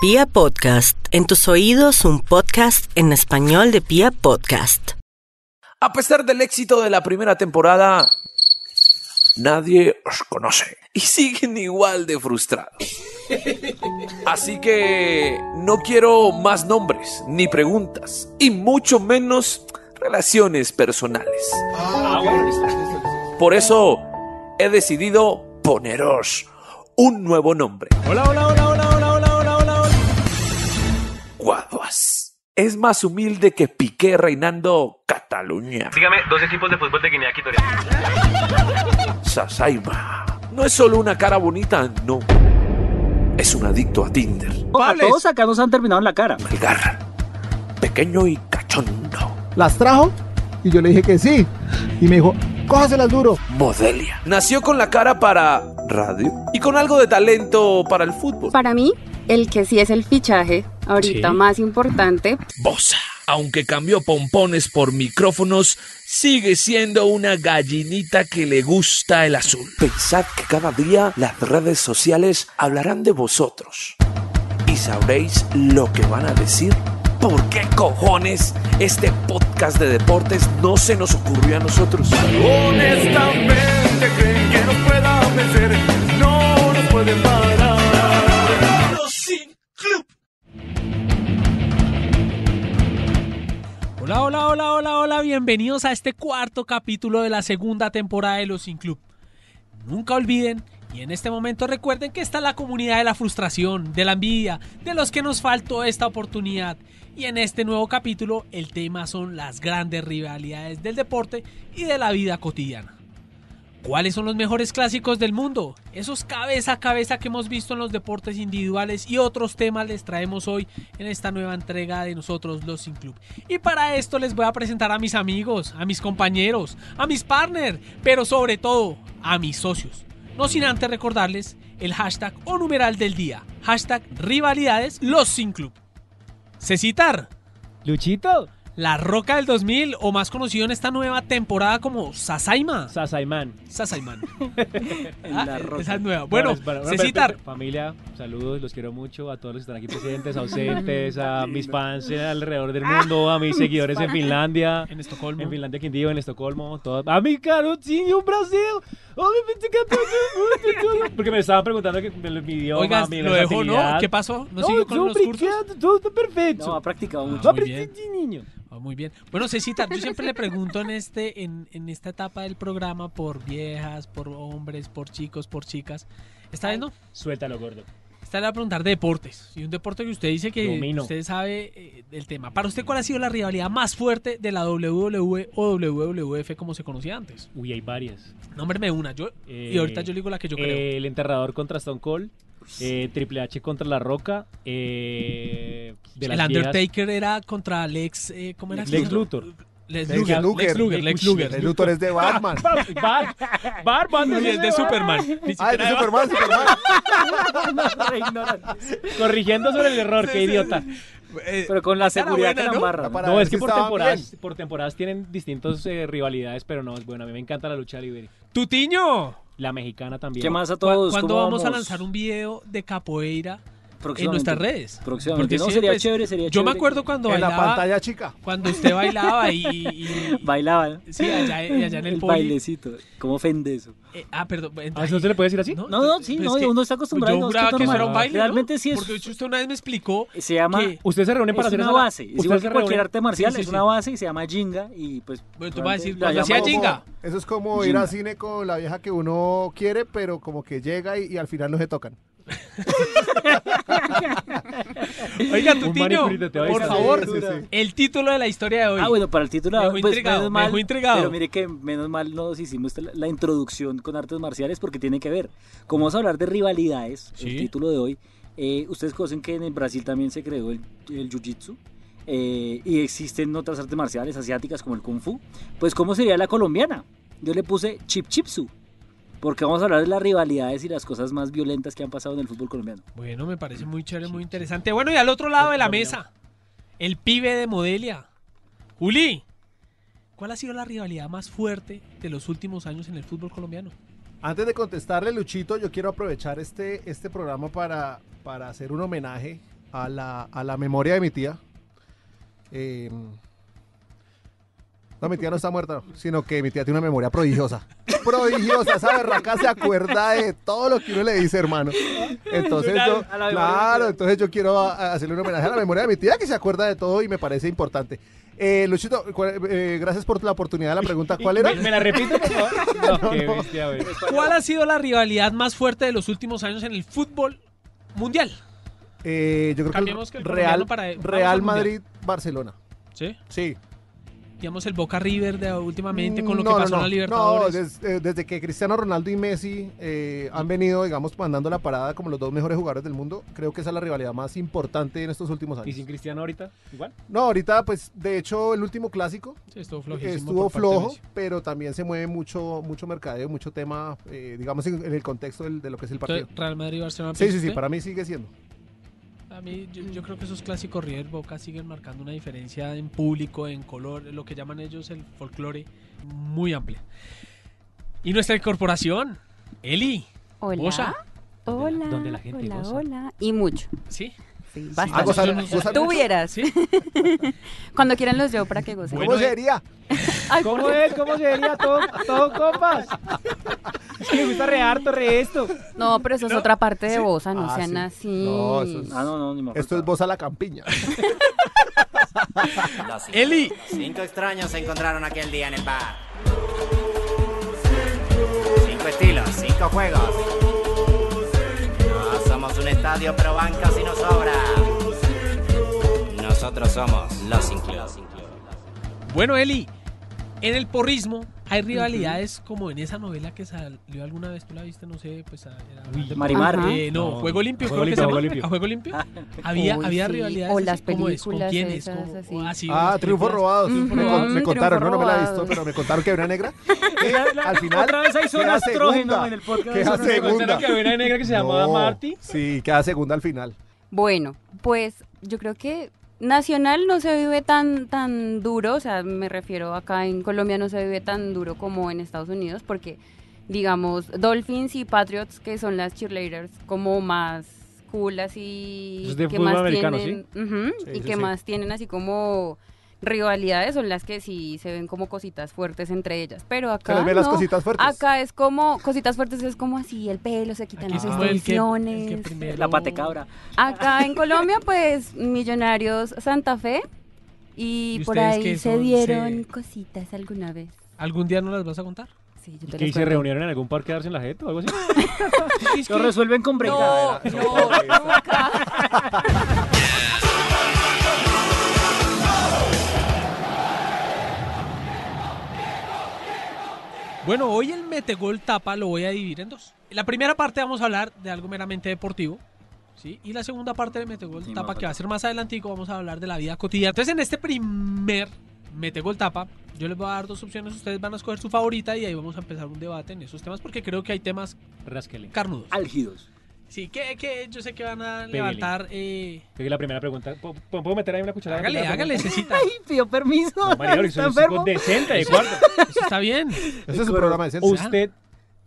Pia Podcast. En tus oídos, un podcast en español de Pia Podcast. A pesar del éxito de la primera temporada, nadie os conoce y siguen igual de frustrados. Así que no quiero más nombres, ni preguntas, y mucho menos relaciones personales. Por eso he decidido poneros un nuevo nombre. Hola, hola, hola, hola, hola, hola, hola, hola. Guaduas. Es más humilde que Piqué reinando Cataluña. Dígame, dos equipos de fútbol de Guinea Ecuatorial. Sasaima. No es solo una cara bonita, no. Es un adicto a Tinder. A todos acá nos han terminado en la cara. Melgar. Pequeño y cachondo. las trajo y yo le dije que sí. Y me dijo, cójaselas duro. Modelia. Nació con la cara para radio y con algo de talento para el fútbol. Para mí, el que sí es el fichaje, ahorita más importante, Bosa. Aunque cambió pompones por micrófonos, sigue siendo una gallinita que le gusta el azul. Pensad que cada día las redes sociales hablarán de vosotros. Y sabréis lo que van a decir. ¿Por qué cojones este podcast de deportes no se nos ocurrió a nosotros? Honestamente creen que nos puedan vencer, no nos pueden parar. Hola, hola, hola, hola, hola, bienvenidos a este cuarto capítulo de la segunda temporada de Los Sin Club. Nunca olviden y en este momento recuerden que está la comunidad de la frustración, de la envidia, de los que nos faltó esta oportunidad. Y en este nuevo capítulo el tema son las grandes rivalidades del deporte y de la vida cotidiana. ¿Cuáles son los mejores clásicos del mundo? Esos cabeza a cabeza que hemos visto en los deportes individuales y otros temas les traemos hoy en esta nueva entrega de nosotros los Sin Club. Y para esto les voy a presentar a mis amigos, a mis compañeros, a mis partners, pero sobre todo a mis socios. No sin antes recordarles el hashtag o numeral del día, hashtag rivalidades los Sin Club. Cecitar, Luchito, la roca del 2000 o más conocido en esta nueva temporada como Sasaima. Sasaimán. Sasaimán. La Ah, Roca. esa es nueva. Bueno, Para- para- para- Cecitar, para- Familia, saludos, los quiero mucho. A todos los que están aquí presentes, ausentes, a mis fans en alrededor del mundo, a mis seguidores en Finlandia. en Estocolmo. En Finlandia, Quindío, en Estocolmo, todo. ¡A mi caro, sí, un Brasil! ¡Oh, mi pinche campeón del mundo! Porque me estaban preguntando que, me- mi idioma, Oigas, mi lo dejó, ¿no? versatilidad. ¿Qué pasó? ¿No No, siguió con yo los cursos? brincando, todo está perfecto. No, ha practicado Ah, mucho. Va, muy bien. presente, niño. Ah, muy bien. Bueno, Cecita, yo siempre le pregunto en este, en, en esta etapa del programa por viejas, por hombres, por chicos, por chicas. Esta vez no. Suéltalo, gordo. Esta le va a preguntar de deportes. Y un deporte que usted dice que Domino. usted sabe eh, del tema. Para usted, ¿cuál ha sido la rivalidad más fuerte de la WWE o WWF como se conocía antes? Uy, hay varias. Nómbreme una. Yo, y Eh, ahorita yo le digo la que yo creo. Eh, el enterrador contra Stone Cold. eh, Triple H contra La Roca. eh, de el las viejas- Undertaker era contra Lex. eh, ¿Cómo era? Lex Luthor. Lex Lex Luger. Luger. Lex Luger. Lex Lex Luger. El Luthor es de Batman. Bar, Bar, Bar, Y es de Superman. Ni Ah, siquiera es de de Batman. Superman, Superman. Corrigiendo sobre el error, qué idiota. Eh, Pero con la Esa era seguridad buena, que la ¿no? barra. No, es que por temporadas, por temporadas tienen distintas eh, rivalidades, pero no, es bueno. A mí me encanta la lucha libre. Tutiño. La mexicana también. ¿Qué más a todos? ¿Cu- ¿Cuándo ¿Cómo vamos a lanzar un video de capoeira en Próximamente. nuestras redes? Próximamente. Porque no, sí, sería pues, chévere, sería Yo me chévere. acuerdo cuando En la bailaba, pantalla chica. cuando este usted bailaba y, y- Bailaban. y- sí, allá, y allá en el, el poli. bailecito. ¿Cómo ofende eso? Eh, ah, perdón. eh, ¿Ah, ¿No se le puede decir así? No, no, sí, pues no, es que uno está acostumbrado. Yo no, es juraba que, es eso era normal. un baile, ¿no? Realmente sí es. Porque de hecho usted una vez me explicó Se llama. que... Ustedes se reúnen para Es hacer una esa- base, es ustedes igual se que cualquier reúnen- arte marcial, sí, es sí. una base y se llama Jinga y pues... Bueno, tú vas realmente a decir, la cuando hacía llamamos- Jenga. Jinga. Eso es como ir Jinga. al cine con la vieja que uno quiere, pero como que llega y, y al final no se tocan. Oiga, Un Tutiño, manicurito te va a por decir. favor, Sí, sí, sí. el título de la historia de hoy. Ah, bueno, para el título, Me dejó pues, intrigado, menos me mal, dejó intrigado. Pero mire que menos mal nos hicimos la, la introducción con artes marciales porque tiene que ver. Como vamos a hablar de rivalidades, Sí. el título de hoy Eh, Ustedes conocen que en el Brasil también se creó el, el Jiu-Jitsu eh, y existen otras artes marciales asiáticas como el Kung Fu. Pues, ¿cómo sería la colombiana? Yo le puse Chip Chipsu, porque vamos a hablar de las rivalidades y las cosas más violentas que han pasado en el fútbol colombiano. Bueno, me parece muy chévere, muy interesante. Bueno, y al otro lado de la mesa, el pibe de Modelia. Juli, ¿cuál ha sido la rivalidad más fuerte de los últimos años en el fútbol colombiano? Antes de contestarle, Luchito, yo quiero aprovechar este, este programa para, para hacer un homenaje a la, a la memoria de mi tía. Eh, no, mi tía no está muerta, sino que mi tía tiene una memoria prodigiosa. Prodigiosa, esa berraca se acuerda de todo lo que uno le dice, hermano. Entonces yo, A la memoria de mi claro, tía. entonces yo quiero a- a hacerle un homenaje a la memoria de mi tía que se acuerda de todo y me parece importante. Eh, Luchito, cuál- eh, gracias por la oportunidad de la pregunta. ¿Cuál era? ¿Me, me la repito, por favor? No, qué bestia, güey. ¿Cuál ha sido la rivalidad más fuerte de los últimos años en el fútbol mundial? Eh, yo creo Cambiemos que que el el Real, colombiano para- vamos al Real Mundial. Madrid-Barcelona. ¿Sí? Sí. Mm, Digamos el Boca River de últimamente con lo No, que no, pasó en no. la Libertadores. No, des- eh, desde, que Cristiano Ronaldo y Messi eh, han venido, digamos, mandando la parada como los dos mejores jugadores del mundo, creo que esa es la rivalidad más importante en estos últimos ¿Y años. sin Cristiano ahorita? ¿Igual? No, ahorita, pues, de hecho, el último clásico Sí, estuvo flojísimo estuvo por parte de flojo, Messi. pero también se mueve mucho, mucho mercadeo, mucho tema, eh, digamos, en, en el contexto del- de lo que es el partido. Entonces, Real Madrid y Barcelona. Sí, sí, sí, ¿usted? para mí sigue siendo. A mí, yo, yo creo que esos clásicos River Boca siguen marcando una diferencia en público, en color, lo que llaman ellos el folclore, muy amplia. Y nuestra corporación, Eli, Hola. Goza. Donde Hola. la- donde la gente hola, goza. hola. Y mucho. ¿sí? Sí, Ah, bastante. gozar- yo no sé. gozar mucho. Tuvieras. ¿Sí? Cuando quieran los llevo para que gocen. ¿Cómo Bueno, eh. sería? Ay, ¿Cómo es? ¿Cómo se diría todo, todo compas? Es que me gusta re harto, re esto. No, pero eso es otra parte de Bosa, no Ah, sean sí. así. No, eso es- Ah, no, no, ni me Esto es faltaba. voz a la campiña. Eli, Cinco extraños se encontraron aquel día en el bar. Cinco estilos, cinco juegos. No somos un estadio, pero banca si nos sobra. Nosotros somos los inclusos. bueno, eh, Eli, en el porrismo hay rivalidades como en esa novela que salió alguna vez, tú la viste, no sé, pues. a- era- Marimar. Ajá. Eh, no, No, Juego Limpio. Juego creo Limpio, que se llama. Juego Limpio. ¿A Juego Limpio? Había, Ah, Uy, había sí. rivalidades. O así, las ¿cómo es? ¿Con películas quiénes? esas, ¿Cómo? así. Ah, sí, Ah, las triunfo películas. robado. Ujú. Me, con- me Mm, Triunfo contaron, no, no me la he robado. visto, pero me contaron que había una negra. que Eh, al final. Otra vez hay que zona era estrógeno segunda, en el podcast. que era Eso no me ¿Te segunda. contaron que había una negra que se llamaba No, Marty? Sí, queda segunda al final. Bueno, pues yo creo que nacional no se vive tan tan duro, o sea, me refiero acá en Colombia no se vive tan duro como en Estados Unidos porque digamos Dolphins y Patriots que son las cheerleaders como más cool así Es de que fútbol más americano, tienen ujú, Sí, y sí, que sí. más tienen así como rivalidades son las que sí se ven como cositas fuertes entre ellas, pero Se acá les ve las no. cositas fuertes. Acá es como cositas fuertes es como así el pelo se quitan Aquí las se fue el que- extensiones. el que primero- La patecabra. Acá en Colombia, pues, Millonarios Santa Fe. Y, ¿Y por ustedes ahí qué se son? dieron Se- cositas alguna vez. ¿Algún día no las vas a contar? Sí, yo ¿Y te que les se cuento. reunieron en algún parque a darse en la jeta o algo así? Lo resuelven con brincaderas. No, no, nunca. Bueno, hoy el Metegol Tapa lo voy a dividir en dos. En la primera parte vamos a hablar de algo meramente deportivo. ¿sí? Y la segunda parte del Metegol Sí, Tapa, más que va a ser más adelantico, vamos a hablar de la vida cotidiana. Entonces, en este primer Metegol Tapa, yo les voy a dar dos opciones. Ustedes van a escoger su favorita y ahí vamos a empezar un debate en esos temas, porque creo que hay temas Rásquele. carnudos. Álgidos. Sí, que, que yo sé que van a Pégale. levantar... eh, Pegué la primera pregunta. ¿Puedo, puedo meter ahí una cucharada? Hágale, Una hágale, pregunta. Cecita. Ay, pidió permiso. No, María, Auxilio, Está es un chico enfermo. decente de cuarto. Eso está bien. Ese es un programa de ciencia. Usted,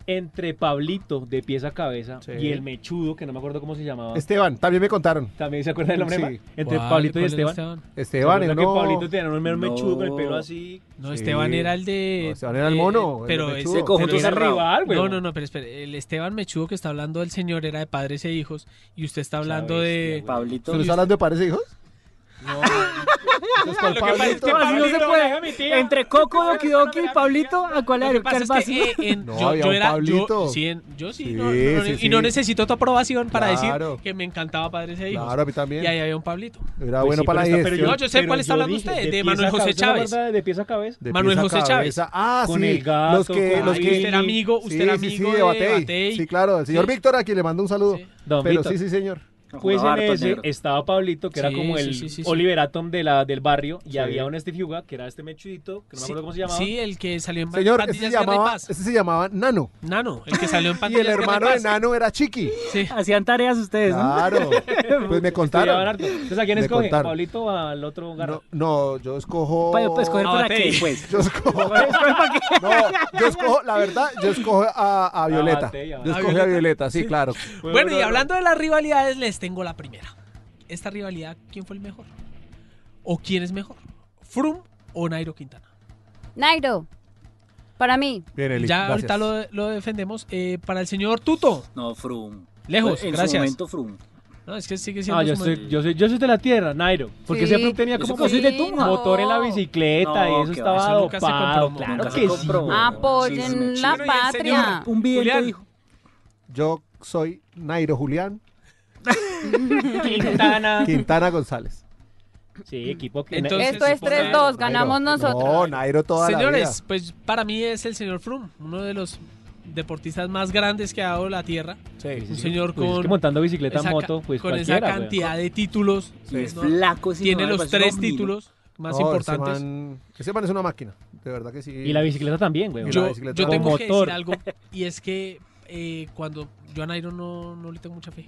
entre Pablito de pies a cabeza Sí. y el mechudo, que no me acuerdo cómo se llamaba, Esteban, también me contaron. Ah. ¿también se acuerda del nombre? Sí. Emma? Entre ¿Cuál? Pablito y ¿Cuál era Esteban. ¿Se Esteban, acuerda el que no. Pablito tenía un mechudo con el pelo No. así. No, Sí. Esteban era el de. No, Esteban era el mono, el pero mechudo. ese Ese conjunto pero Era el cerrado. rival, güey. No, no, no, pero espere. El Esteban Mechudo que está hablando del señor era de padres e hijos. Y usted está hablando de. bestia, Pablito. ¿Se lo está hablando de pares hijos? Pues Lo que pasa es que Así no se Pablito puede. deja a mi tía. Entre Coco, Doki Doki y Pablito, ¿a cuál Lo le que va pasa el es que, vacío? eh, en- No, yo, había yo un era. yo- Pablito. sí, en- yo sí. Sí, no, no, sí, y no sí. necesito tu aprobación para Claro. decir que me encantaba padres e hijos. Claro, a mí también. Y ahí había un Pablito. Era Pues bueno sí, para la pero está- pero digestión. No, yo sé pero cuál está hablando dije, usted, de pies Manuel a José cabeza, ¿no Chávez. guarda De pies a cabeza. De Manuel pies a José Chávez. cabeza. Ah, Con sí. el gato, los que, con- los Ay, que... usted era amigo, usted sí, era sí, sí, amigo de de Batey. Batey. Sí, claro, el señor Sí. Víctor, a quien le mando un saludo. Sí. Don Pero Víctor. sí, sí, señor. Pues en Jugaba harto el ese negro. estaba Pablito, que era Sí, como sí, el sí, sí, sí. Oliver Atom de la, del barrio, y Sí. había un Steve Huga, que era este mechudito, que no me Sí, acuerdo cómo se llamaba. sí, el que salió en Señor, Pandillas ese se, Guerra y llamaba, Paz. ese se llamaba Nano. Nano, el que salió en Y Pandillas el hermano de Nano era Chiqui. Hacían tareas ustedes, ¿no? Claro. Pues me Estudiaban contaron. harto. Entonces, ¿a quién Me escoge? contaron. ¿Pablito o al otro garro? No, yo escojo. Pa- pues, escoger para qué, pues. Yo escojo. No, yo escojo, la verdad, yo escojo Ah, a, a Violeta. Matei, a Yo escogí a Violeta, sí, claro. Bueno, y hablando de las rivalidades, les tengo la primera. Esta rivalidad, ¿quién fue el mejor? ¿O quién es mejor? ¿Frum o Nairo Quintana? Nairo, para mí. Bien, Eli. ya gracias. ahorita lo, lo defendemos. Eh, para el señor Tuto. No, Frum. Lejos, en su gracias. momento, Frum. No, es que sigue siendo Ah, yo, su soy, momento. yo, soy, yo soy de la tierra, Nairo. Porque Sí. siempre tenía Eso como que soy de Tunja. motor en la No. bicicleta No, y eso que estaba va, eso nunca se dopado. comprobó, Claro nunca se que sí. comprobó. güey. Sí, sí, Ah, Apoyen sí. la Bueno, y el patria. Un video Julián. dijo. Yo soy Nairo Julián Quintana. Quintana González. Sí, equipo que. Entonces, Esto es supongo- 3-2, Nairo. ganamos No, nosotros. Nairo toda Señores, pues para mí es el señor Frum, uno de los deportistas más grandes que ha dado la tierra. la vida. Un señor Pues es que con, montando bicicleta, esa ca- moto, pues con esa cualquiera. güey. cantidad de títulos. Y es ¿no? flaco. ese Tiene man, los parece un tres ovni, ¿no? títulos más No, importantes. Ese man, ese man es una máquina, de verdad que sí. Y la bicicleta también, güey. Y la Yo, bicicleta. yo Con tengo que motor. decir algo, y es que eh, cuando yo a Nairo no, no le tengo mucha fe,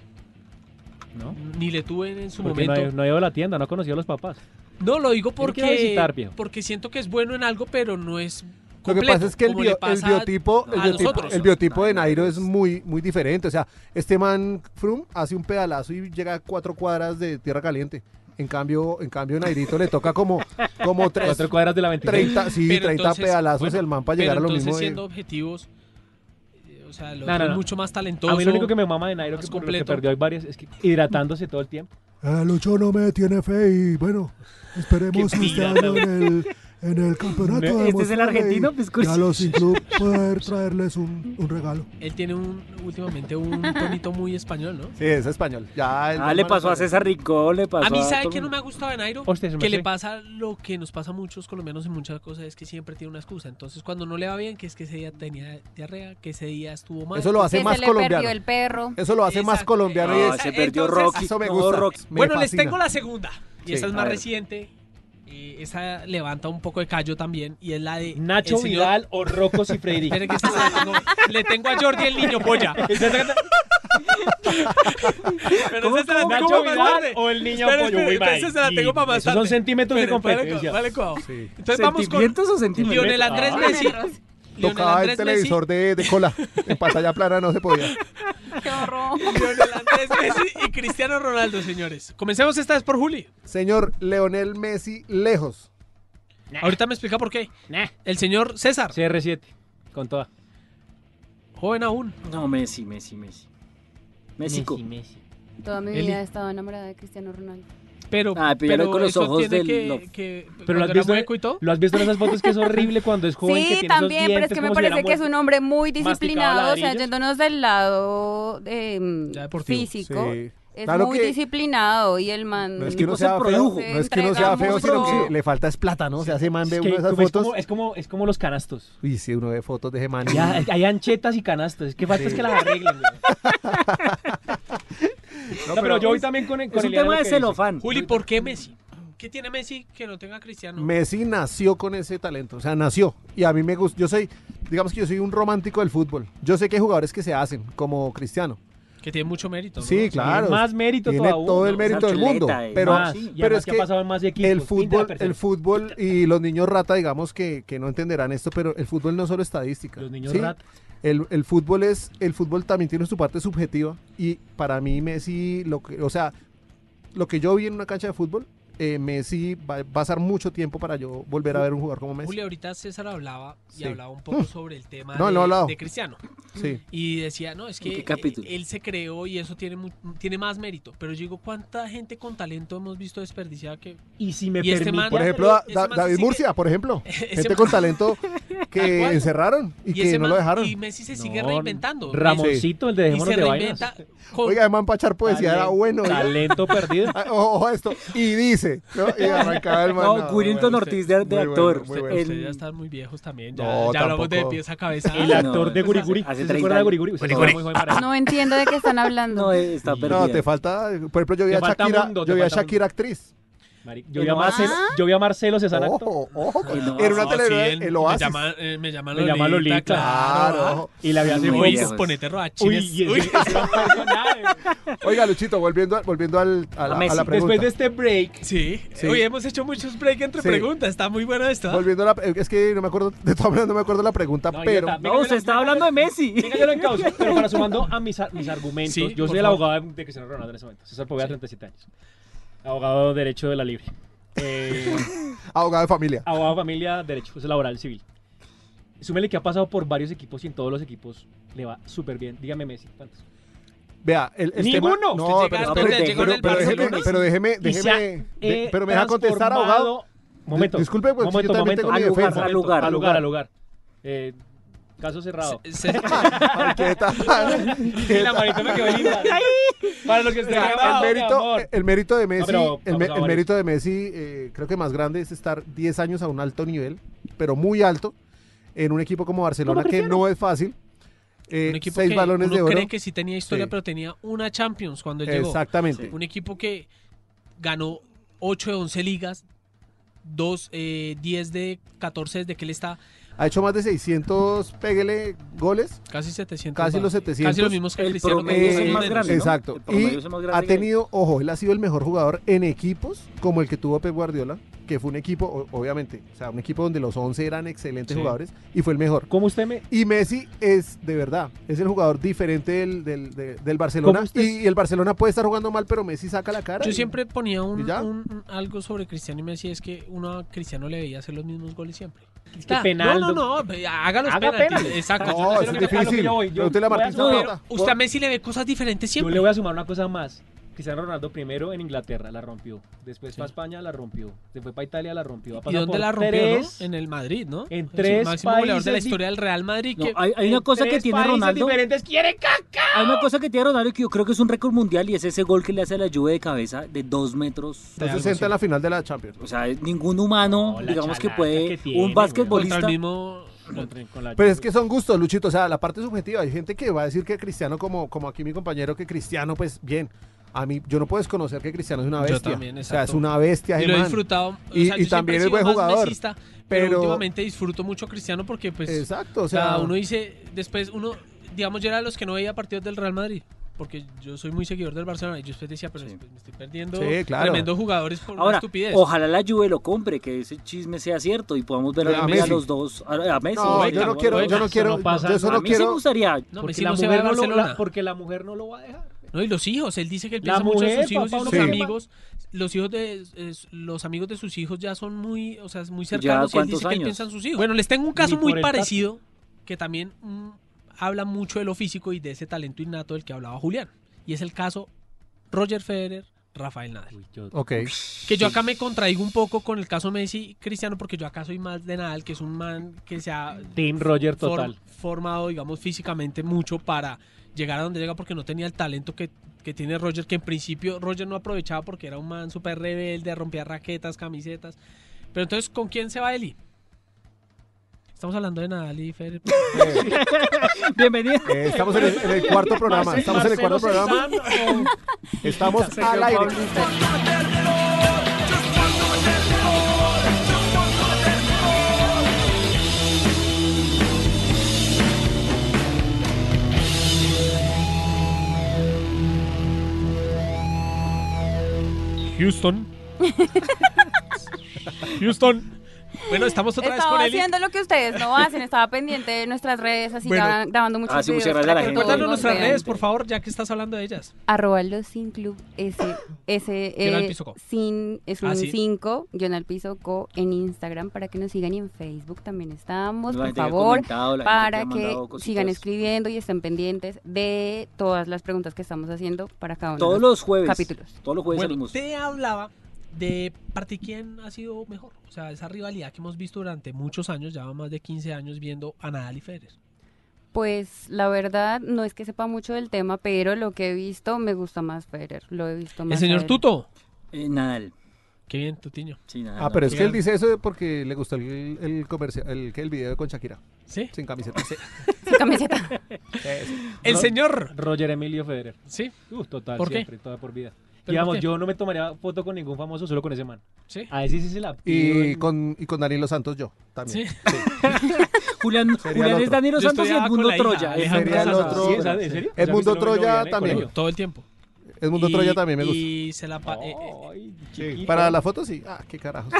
¿no? ni le tuve en, en su Porque no, momento. ha- no ha ido a la tienda, no ha conocido a los papás. No, lo quiero ir digo a porque, visitar, viejo. porque siento que es bueno en algo, pero no es Lo que completo. pasa es que el, como le bio- el pasa biotipo, el a biotipo, nosotros. el biotipo de Nairo es muy, muy diferente. O sea, este man Frum hace un pedalazo y llega a cuatro cuadras de tierra caliente. En cambio, en cambio Nairito le toca como, como tres, Cuatro cuadras de la 26. 30, sí, Pero 30 entonces, pedalazos bueno, el man para Pero llegar a lo entonces, mismo. de- siendo objetivos, eh, o sea, el No, otro no, es no. mucho más talentoso. A mí lo único que me mama de Nairo más que, por lo que completo. perdió hay varias es que hidratándose todo el tiempo. El Ah, Lucho no me tiene fe y bueno, esperemos Qué que este pirata, año en el, en el campeonato de Este es el Mostrarle argentino, y- pues, y a los sin club poder traerles un, un regalo. Él tiene un, últimamente un tonito muy español, ¿no? Sí, es español. Ya Ah, le pasó a César Rincón, le pasó A mí, a ¿sabe todo que el no mundo. me ha gustado de Nairo? Hostia, se me que le hace- pasa lo que nos pasa a muchos colombianos en muchas cosas, es que siempre tiene una excusa. Entonces, cuando no le va bien, que es que ese día tenía diarrea, que ese día estuvo mal. Eso lo hace Que más se le colombiano. perdió el perro. Eso lo hace más Exacto. colombiano y No, es se perdió Entonces, Rocky. eso me no, gusta. Rocky. Me bueno, les fascina. tengo la segunda. Y Sí, esa es a más ver. reciente. Y esa levanta un poco de callo también. Y es la de. Nacho el señor- Vidal o Rocco Cifredi. Espere que esta se la tengo- le tengo a Jordi el niño polla. Pero ¿Cómo, esa se la cómo, tengo cómo, para Vidal más tarde. o el niño Espere, pollo, espere, muy mal. entonces se la Y tengo para más esos son tarde. centímetros de Espere, espere, competencia. Vale, cuau. Sí. Entonces vamos con ¿Sentimientos o centímetros? Lionel Andrés Ah. Messi. Lionel Tocaba el Andrés Messi. televisor de, de cola. En pantalla plana no se podía. Qué horror. Lionel Andrés Messi y Cristiano Ronaldo, señores. Comencemos esta vez por Juli. Señor Leonel Messi, lejos. Ahorita me explica por qué. Nah. El señor César, CR7, con toda. joven aún. No, Messi, Messi, Messi. México. Toda mi Eli. vida he estado enamorada de Cristiano Ronaldo. Pero, Ah, pero era con los eso ojos tiene del que, love. que- Pero cuando lo has, era visto, mueco y todo. lo has visto en esas fotos que es horrible cuando es joven. que Sí, tiene también, esos pero es dientes que me como si hubiera parece que es un muerto. hombre muy masticado disciplinado, o sea, ladrillos. yéndonos del lado eh, Ya deportivo, físico. Sí. Es Claro muy que- disciplinado y el man... No es que uno tipo se sea feo, produjo. no es que uno sea feo, sino que le falta es plata, ¿no? O sea, ese man Es ve que uno de esas como- es, fotos. como, es, como, es como los canastos. Uy, sí, uno ve fotos de ese man. Ya, hay- hay anchetas y canastas. Es que falta es que las arreglen. güey. No, pero, yo voy también con, el- con Es un Eliana tema de lo que dice. celofán. Juli, ¿por qué Messi? ¿Qué tiene Messi que no tenga Cristiano? Messi nació con ese talento, o sea, nació. Y a mí me gusta, yo soy, digamos que yo soy un romántico del fútbol. Yo sé que hay jugadores que se hacen, como Cristiano. Que tiene mucho mérito. ¿no? Sí, claro. más mérito Tiene todavía, todo ¿no? el mérito del Esa mundo. chuleta, eh. Pero, Más, y además pero es que que, ha pasado en más de equipos. el Pinta de fútbol, perfil. el fútbol y los niños rata, digamos que, que no entenderán esto, pero el fútbol no es solo estadística. Los niños ¿sí? rata. El, el fútbol es, el fútbol también tiene su parte subjetiva y para mí Messi, lo que, o sea, lo que yo vi en una cancha de fútbol, eh, Messi va va a pasar mucho tiempo para yo volver a ver un jugador como Messi. Juli, ahorita César hablaba y Sí. hablaba un poco sobre el tema No, de, no he hablado. de Cristiano. Sí. Y decía, no, es ¿En que qué capítulo? eh, él se creó y eso tiene, mu- tiene más mérito. Pero yo digo, ¿cuánta gente con talento hemos visto desperdiciada que... Y si me Y este permite. man- Por Ya, ejemplo, pero a- ese Da- man David sigue- Murcia, por ejemplo. Ese Gente man- con talento Tal que cual. encerraron y, ese que no man- lo dejaron. Y Messi se sigue reinventando. Ramoncito, el de Y se Dejémonos de Vainas. reinventa con- Oiga, además Pachar poesía era bueno. oiga. Talento perdido. Ah, Ojo ojo a esto. Y dice. ¿no? Y arrancaba el man. No, no, Willington bueno, Ortiz de, de muy bueno, actor. muy bueno. El- Ustedes ya están muy viejos también. Ya, No, ya hablamos de tampoco. pies a cabeza. El actor no, de pues Guriguri. hace ¿Usted 30 ¿Se acuerda de años. Guriguri? Pues Usted se Guriguri. acuerda muy joven para eso. No entiendo de qué están hablando. No, eh, está perdido. Ah, No, te falta. Por ejemplo, yo vi Te a falta Shakira, mundo, te yo vi a falta Shakira actriz. Marica, Yo vi a Ah. Marcelo, yo vi a Marcelo César Acto, Ojo, ojo. El Oasis. Era una No, telenovela. sí, en- el Oasis. Me llama, eh, me llama Me Lolita, llama Lolita, claro. Claro. y la vi hace Muy poco. Uy, bien. sus ponete Uy, rodachines. y ese- Uy. ese no fue nada, eh. Oiga, Luchito, volviendo, a- volviendo al, a, la, A a Messi. la pregunta. Después de este break, Sí. Sí. Hoy hemos hecho muchos break entre Sí. preguntas. Está muy bueno esto. ¿ah? Volviendo a la, es que no me acuerdo, de todas maneras no me acuerdo la pregunta, No, pero idiota, venga, No, yo usted lo- estaba hablando de Messi. Venga, yo lo encauzo, pero para sumando a mis, ar- mis argumentos, Sí, yo por soy el favor. abogado de Cristiano Ronaldo en ese momento. César Poveda, 37 años. Abogado de Derecho de la Libre. Eh, abogado de familia. abogado de familia, Derecho laboral, civil. Súmele que ha pasado por varios equipos y en todos los equipos le va súper bien. Dígame, Messi, ¿cuántos? Vea, el, el Ninguno. tema... Usted No, llega pero, hasta pero, donde pero, llegó en el pero Barcelona. déjeme, pero déjeme, Y se déjeme ha, de- eh, pero me deja contestar, transformado- abogado. Momento. Disculpe, pues, momento, yo también momento, tengo mi momento, defensa. momento, Al lugar, al al lugar, al lugar. Eh, caso cerrado. Se- se- Ay, ¿qué tal? Y la manito me quedó linda. Para los que estén el grabando, mi mérito, amor. el mérito de Messi, pero el, me- vamos a el varios. mérito de Messi, eh, creo que más grande es estar 10 años a un alto nivel, pero muy alto, en un equipo como Barcelona que no es fácil. Eh, un equipo seis que balones uno de oro. cree que sí tenía historia, Sí. pero tenía una Champions cuando él llegó. Exactamente. Un equipo que ganó 8 de 11 ligas, 2, eh, 10 de 14 desde que él está, Ha hecho más de 600, péguele, goles, casi 700. casi va. los 700. Casi los mismos que El Cristiano. promedio Messi, es el más más o menos. grande, ¿no? Exacto. El promedio Y es el más grande ha que hay. tenido, ojo, él ha sido el mejor jugador en equipos como el que tuvo Pep Guardiola, que fue un equipo, o- obviamente, o sea, un equipo donde los 11 eran excelentes Sí. jugadores y fue el mejor. ¿Cómo usted me.? Y Messi es, de verdad, es el jugador diferente del, del, de- del Barcelona. ¿Cómo usted- Y, y el Barcelona puede estar jugando mal, pero Messi saca la cara. Yo y- siempre ponía un, ¿Y ya? un- un- algo sobre Cristiano y Messi, es que uno a Cristiano le veía hacer los mismos goles siempre. Es que Claro, penal. No, no, no, haga los Haga penaltis, penales. Exacto. No, yo no sé lo eso es que- a lo que difícil. yo voy, yo- Pero usted la voy a Martín No, sumar- Zapata. usted a Messi le ve cosas diferentes Yo siempre. le voy a sumar una cosa más. Cristiano Ronaldo primero en Inglaterra la rompió. Después Sí. para España la rompió. Se fue para Italia la rompió. Ha ¿Y pasado dónde por la rompió? tres- no? En el Madrid, ¿no? en Es el tres máximo goleador de la países di- historia del Real Madrid. No, que- hay, hay una en cosa que tres tiene países Ronaldo. diferentes quiere caca. Hay una cosa que tiene Ronaldo que yo creo que es un récord mundial y es ese gol que le hace a la lluvia de cabeza de dos metros. de algo Entonces entra en la final de la Champions. O sea, ningún humano, No, la digamos que chalaca puede. que tiene, un weón. contra basquetbolista. el mismo. Con- con la- Pero es que son gustos, Luchito. O sea, la parte subjetiva. Hay gente que va a decir que Cristiano, como, como aquí mi compañero, que Cristiano, pues bien. A mí, yo no puedo desconocer que Cristiano es una Yo bestia. también, o sea, es exacto. una bestia, Y lo he Germán. disfrutado. o sea, Y- y yo siempre también he es sido buen más jugador, mesista, pero, pero- últimamente disfruto mucho a Cristiano porque, pues. Exacto, o o sea, sea, uno dice. Después, uno. Digamos, yo era de los que no veía partidos del Real Madrid. Porque yo soy muy seguidor del Barcelona. Y yo después decía, pero Sí. después me estoy perdiendo Sí, claro. tremendos jugadores por una Ahora, estupidez. ojalá la Juve lo compre, que ese chisme sea cierto y podamos ver A a, a Messi. los dos, a, a Messi. no, yo no Beckham, quiero, yo Beckham, no eso quiero, no pasa, yo eso a no mí sí me quiero. gustaría. no, Porque Messi la no se va de mujer no lo- Barcelona. la- porque la mujer no lo va a dejar. No, y los hijos, él dice que él La piensa mucho en mujer, sus hijos papá, y uno sus que- amigos. Los hijos de es- los amigos de sus hijos ya son muy, o sea, muy cercanos y él cuántos dice que él años? piensa en sus hijos. Bueno, les tengo un caso por muy el tacto. parecido que también mm, habla mucho de lo físico y de ese talento innato del que hablaba Julián. Y es el caso Roger Federer, Rafael Nadal. Uy, yo- Ok, Que yo acá me contraigo un poco con el caso Messi Cristiano porque yo acá soy más de Nadal, que es un man que se ha Team Roger for- total. formado, digamos, físicamente mucho para llegar a donde llega porque no tenía el talento que, que tiene Roger, que en principio Roger no aprovechaba porque era un man súper rebelde, rompía raquetas, camisetas. Pero entonces, ¿con quién se va Eli? Estamos hablando de Nadal y Federer. Bienvenido. eh, estamos en el, en el cuarto programa, estamos en el cuarto Marcelo programa, Cezanne, estamos al aire. Houston. Houston. Bueno, estamos otra vez con Estaba Eli. haciendo lo que ustedes no hacen, estaba pendiente de nuestras redes, así Bueno. gra- grabando muchos Ah, sí, muchas gracias videos a la para que gente. todos Recuérdanos nos nuestras vean. redes, por favor, ya que estás hablando de ellas. Arroba los sin club ese, ese Guión al eh, piso co. sin, es Ah, un sí. 5 guión al piso co en Instagram para que nos sigan y en Facebook también estamos, La por gente que ha favor, comentado, la gente para ha que mandado cositas. sigan escribiendo y estén pendientes de todas las preguntas que estamos haciendo para cada uno Todos de los los jueves. capítulos. Pues, Todos los jueves Bueno, salimos. te hablaba de parte quién ha sido mejor. O sea, esa rivalidad que hemos visto durante muchos años, ya más de 15 años viendo a Nadal y Federer. Pues la verdad no es que sepa mucho del tema, pero lo que he visto me gusta más Federer. Lo he visto ¿El más. señor a él. Tuto? Eh, Nadal. Qué bien, Tutiño. Sí, Nadal. Ah, pero es que él dice eso porque le gustó el, el comercial, el, que el video con Shakira. ¿Sí? Sin camiseta. Su camiseta. El Ro- señor. Roger Emilio Federer. Sí. Uf, total, ¿Por qué? siempre, toda por vida. por Digamos, qué? yo no me tomaría foto con ningún famoso, solo con ese man. Sí. A ese sí se la pido Y en- con, y con Danilo Santos yo también. Sí. Julián, Sería Julián el es otro. Danilo Yo Santos y estudiaba con Edmundo la hija, Troya. Alejandra Sería el Santos. otro. Sí, ¿sabes? ¿En serio? O sea, Edmundo que estuve Troya novia en el también. colegio. Todo el tiempo. Edmundo Y- Troya también me gusta. Y se la... pa- eh, eh, Ay, Sí, chiquito. Para la foto sí. Ah, qué carajos.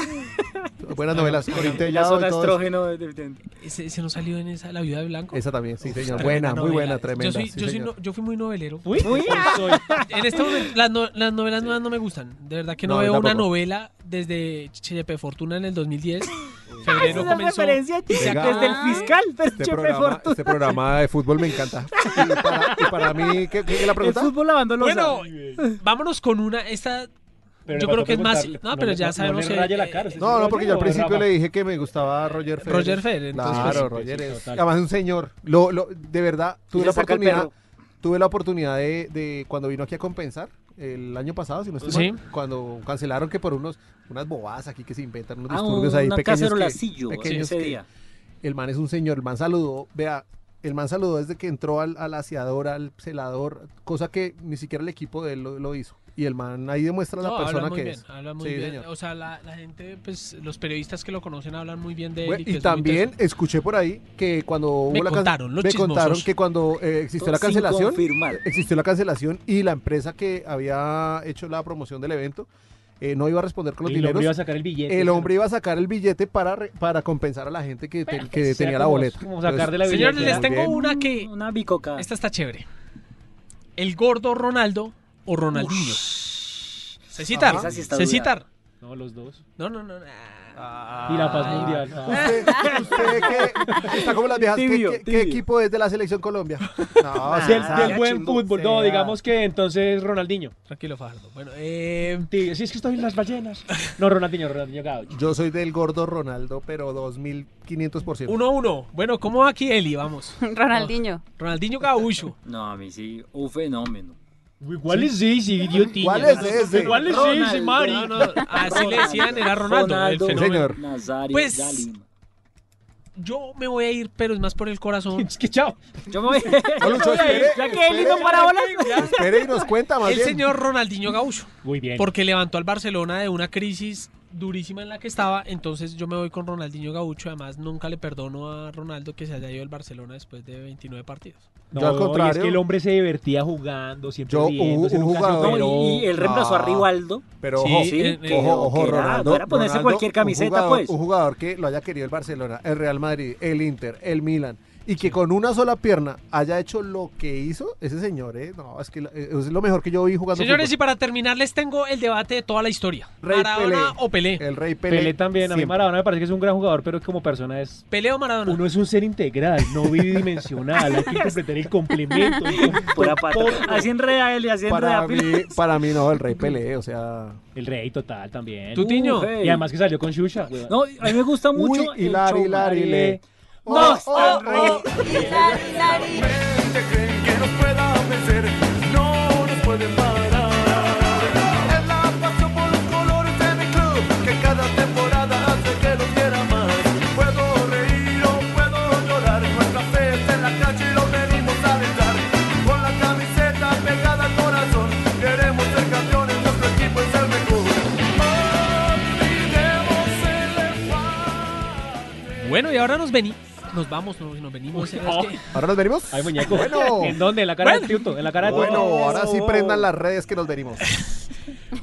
Buenas novelas. La Corintellado y zona todo eso. estrógeno de- de- de- eh, se, se nos salió en esa La Viuda de Blanco. Esa también, sí, señor. Tremenda Buena, muy novela. buena, tremenda. Yo, soy, sí, yo, soy señor. no- yo fui muy novelero. Uy, soy- En este momento, las, no- las novelas nuevas no me gustan. De verdad que no, No, yo veo una tampoco. novela desde Chepe Fortuna en el 2010. Febrero Es una comenzó. referencia Venga. desde el fiscal, pero Este Chepe programa, Fortuna. este programa de fútbol me encanta. Y para, y para mí, ¿qué, qué- qué la El pregunta? fútbol lavando los Bueno, vámonos con una. Pero Esta Yo le creo faltó que es más- preguntarle. no, pero le- ya sabemos No, que- eh, le raye la cara, ¿usted No, es no, pues, porque yo al Roger o principio Rafa? le dije que me gustaba Roger Federer. Roger Federer, entonces, Claro, pues, sí, Roger sí, es. total. Además es un señor. Lo, lo, de verdad, tuve le la saca el oportunidad. perro. Tuve la oportunidad de, de cuando vino aquí a compensar el año pasado, si no estoy Sí. mal, cuando cancelaron que por unos unas bobadas aquí que se inventan unos Ah, disturbios un- ahí un pequeños que, cacerolacillo, pequeños ese que- día. el man es un señor, el man saludó, vea, el man saludó desde que entró al, al aseador, al celador, cosa que ni siquiera el equipo de él lo, lo hizo. Y el man ahí demuestra la no, persona habla muy que bien. es. Habla muy Sí, bien. señor. O sea, la, la gente, pues los periodistas que lo conocen hablan muy bien de él. Bueno, que y es muy también teso. escuché por ahí que cuando Me hubo la can- contaron, los me chismosos. contaron que cuando eh, existió la Sin cancelación confirmar. existió la cancelación y la empresa que había hecho la promoción del evento eh, no iba a responder con El los hombre iba a dineros sacar el billete. el ¿no? hombre iba a sacar el billete para re- para compensar a la gente que, te- que Sea tenía la como- boleta Como sacar de Entonces, la Pues, Señores, billetera. les Muy tengo bien. una que. Una bicoca. Esta está chévere. ¿El gordo Ronaldo o Ronaldinho? Cecitar. Ah, esa sí está Cecitar. No, los dos. No, no, no. nah. Y la paz mundial. Ah, usted, usted que está como las viejas ¿qué- Tibio, qué, qué tibio. equipo es de la selección Colombia no, Ah, sí, Del, sea, del ya buen chimbo, fútbol. No, sea. digamos que entonces Ronaldinho. Tranquilo, Fajardo. Bueno, eh. Sí, sí, es que estoy en las ballenas. No, Ronaldinho, Ronaldinho Gaucho. yo soy del gordo Ronaldo pero 2500% 1-1. Bueno, ¿cómo va aquí Eli? Vamos. Ronaldinho. Ronaldinho Gaúcho. No, a mí sí, un fenómeno. ¿Cuál es ese, idiotiño? ¿Cuál es ese? ¿Cuál es ese, Ronaldo. Mari? No, no, así le decían, era Ronaldo. Ronaldo, el Sí, fenómeno. señor. Nazario, Pues- Dalima. Yo me voy a ir, pero es más por el corazón. Es que chao. Yo me voy. No, Lucho, espere, ya que Eli no espere. para bolas. Espere y nos cuenta más El bien. señor Ronaldinho Gaúcho. Muy bien. Porque levantó al Barcelona de una crisis durísima en la que estaba. Entonces yo me voy con Ronaldinho Gaúcho. Además, nunca le perdono a Ronaldo que se haya ido al Barcelona después de 29 partidos. No, Yo al y es contrario. que el hombre se divertía jugando, siempre Yo, riendo, un- un jugador- No, y, y él reemplazó a Ah. Rivaldo. Pero Sí, ojo, sí, Sí, eh, que- ojo, ojo, que era- Ronaldo. fuera a ponerse Ronaldo, cualquier camiseta, un jugador, pues. Un jugador que lo haya querido el Barcelona, el Real Madrid, el Inter, el Milan, y que con una sola pierna haya hecho lo que hizo, ese señor, eh, no, es que lo- eh, es lo mejor que yo vi jugando. Señores, y fútbol. para terminar, les tengo el debate de toda la historia: Rey Maradona Pelé. o Pelé. el Rey Pelé. Pelé, también. A mí siempre. Maradona me parece que es un gran jugador, pero como persona es... Pelé o Maradona. Uno es un ser integral, no bidimensional. Hay que completar el complemento. Pura pata. Así enreda él y así enreda Para a mí, para mí no, el Rey Pelé, o sea. El rey total también. Tú, Tiño. Ujú. Y además que salió con Shusha. weón. No, a mí me gusta mucho. Uy, el Hilari, show. Hilari, le. No, Oh, está oh, re- oh. Te creen que nos puedan vencer, no nos pueden parar. Es la pasión por los colores de mi club, que cada temporada hace que nos quiera más. Puedo reír o puedo llorar, nuestra fe está en la calle y lo venimos a brindar. Con la camiseta pegada al corazón, queremos ser campeones, nuestro equipo es el mejor. Olvidemos el enfado. Bueno, y ahora nos venimos. Nos vamos, no, nos venimos. ¿eh? Uy, es oh. que- Ahora nos venimos. Ay, muñeco. Bueno. ¿En dónde? En la cara Bueno. de Tuto. En la cara de Tuto. Bueno, ahora sí prendan las redes que nos venimos.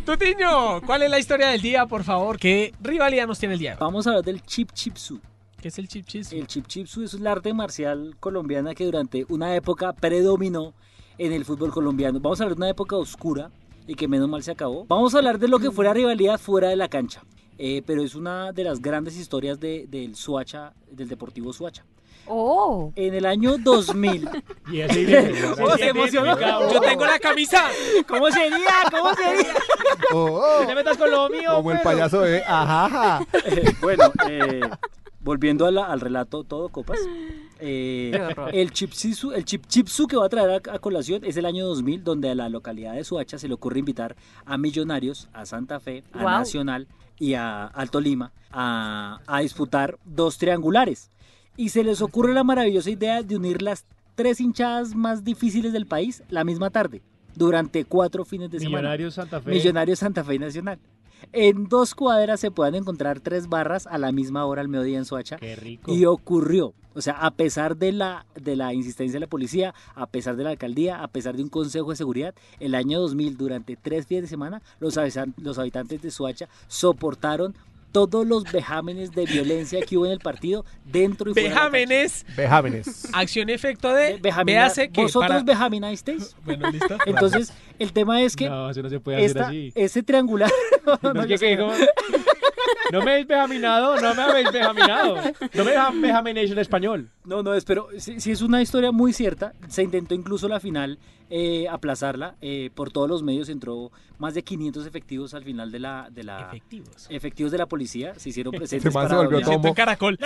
Tutiño, ¿cuál es la historia del día, por favor? ¿Qué rivalidad nos tiene el día? de hoy? Vamos a hablar del Chip Chipsu. ¿Qué es el chip chis? El Chip Chipsu es un arte marcial colombiana que durante una época predominó en el fútbol colombiano. Vamos a hablar de una época oscura y que menos mal se acabó. Vamos a hablar de lo que fuera rivalidad fuera de la cancha. Eh, pero es una de las grandes historias de- del Suacha, del Deportivo Suacha. Oh. En el año 2000. Y así dice, ¿Cómo se emocionó? identificado. Yo tengo la camisa. ¿Cómo sería? ¿Cómo sería? Oh, No te metas con lo mío. pues, Como el perro. payaso de ajá, ajá. Eh, bueno, eh, volviendo a la- al relato todo copas. eh, Qué horror. el chipsisu, el chipchipsu que va a traer a, a colación es el año 2000, donde a la localidad de Suacha se le ocurre invitar a Millonarios, a Santa Fe, a Guau. Nacional y a Alto Lima a, a disputar dos triangulares. Y se les ocurre la maravillosa idea de unir las tres hinchadas más difíciles del país la misma tarde, durante cuatro fines de semana. Millonarios Santa Fe. Millonarios Santa Fe y Nacional. En dos cuadras se puedan encontrar tres barras a la misma hora al mediodía en Soacha. Qué rico. Y ocurrió. O sea, a pesar de la, de la insistencia de la policía, a pesar de la alcaldía, a pesar de un consejo de seguridad, el año 2000, durante tres fines de semana, los, habisa- los habitantes de Soacha soportaron todos los vejámenes de violencia que hubo en el partido dentro y fuera. de la cancha. Vejámenes, Vejámenes. acción y efecto de. Vejamina- Véase que. ¿Vosotros para- vejaminasteis? Bueno, listo. Entonces, el tema es que No, eso no se puede hacer esta, así. ese triangular... No, no, es yo que- que como- no me habéis vejaminado, no me habéis vejaminado. No me dejan vejaminéis en español. No, no, es, pero sí, sí es una historia muy cierta. Se intentó incluso la final eh, aplazarla eh, por todos los medios. Entró más de 500 efectivos al final de la. De la Efectivos. efectivos de la policía se hicieron Este presentes. man se para volvió dominar. tomo. En caracol.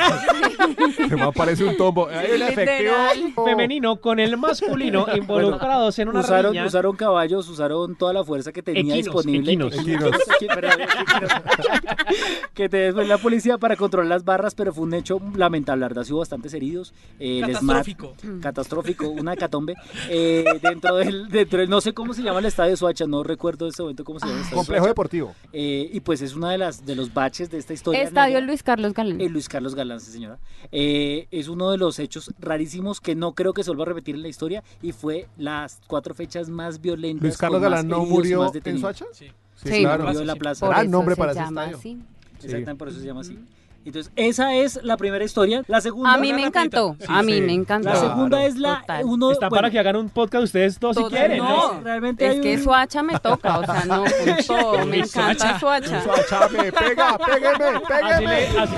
Se me aparece un tombo. Hay un efectivo. Literal. Femenino con el masculino involucrados en una Usaron, riña. usaron caballos, usaron toda la fuerza que tenía Equinos, disponible. equinos. Equinos, perdón, equinos. que te después la policía para controlar las barras, pero fue un hecho lamentable. La verdad, sí hubo bastantes heridos. Eh, el SMAT- Catastrófico. catastrófico, una hecatombe, eh, dentro, del, dentro del- no sé cómo se llama el estadio de Soacha, no recuerdo en este momento cómo se llama el estadio de Complejo Soacha. deportivo. Eh, y pues es una de las de los baches de esta historia. Estadio negra. Luis Carlos Galán. Eh, Luis Carlos Galán, sí, señora. Eh, es uno de los hechos rarísimos que no creo que se vuelva a repetir en la historia y fue las cuatro fechas más violentas. Luis Carlos con más Galán no heridos y murió más en detenidos. Soacha. Sí. Sí. claro. Murió en la plaza. Gran nombre se para ese llama estadio. así. Exactamente, por eso se llama así. Entonces, esa es la primera historia. La segunda. A mí me encantó. A mí sí. me encantó. La segunda es la Total. uno Está bueno, para que hagan un podcast ustedes dos si Total, quieren. ¿no? no. realmente hay Es que un- Suacha me toca, o sea, no, con todo. Me encanta Suacha. Soacha, me pega, pégame, Así pégame. le, así,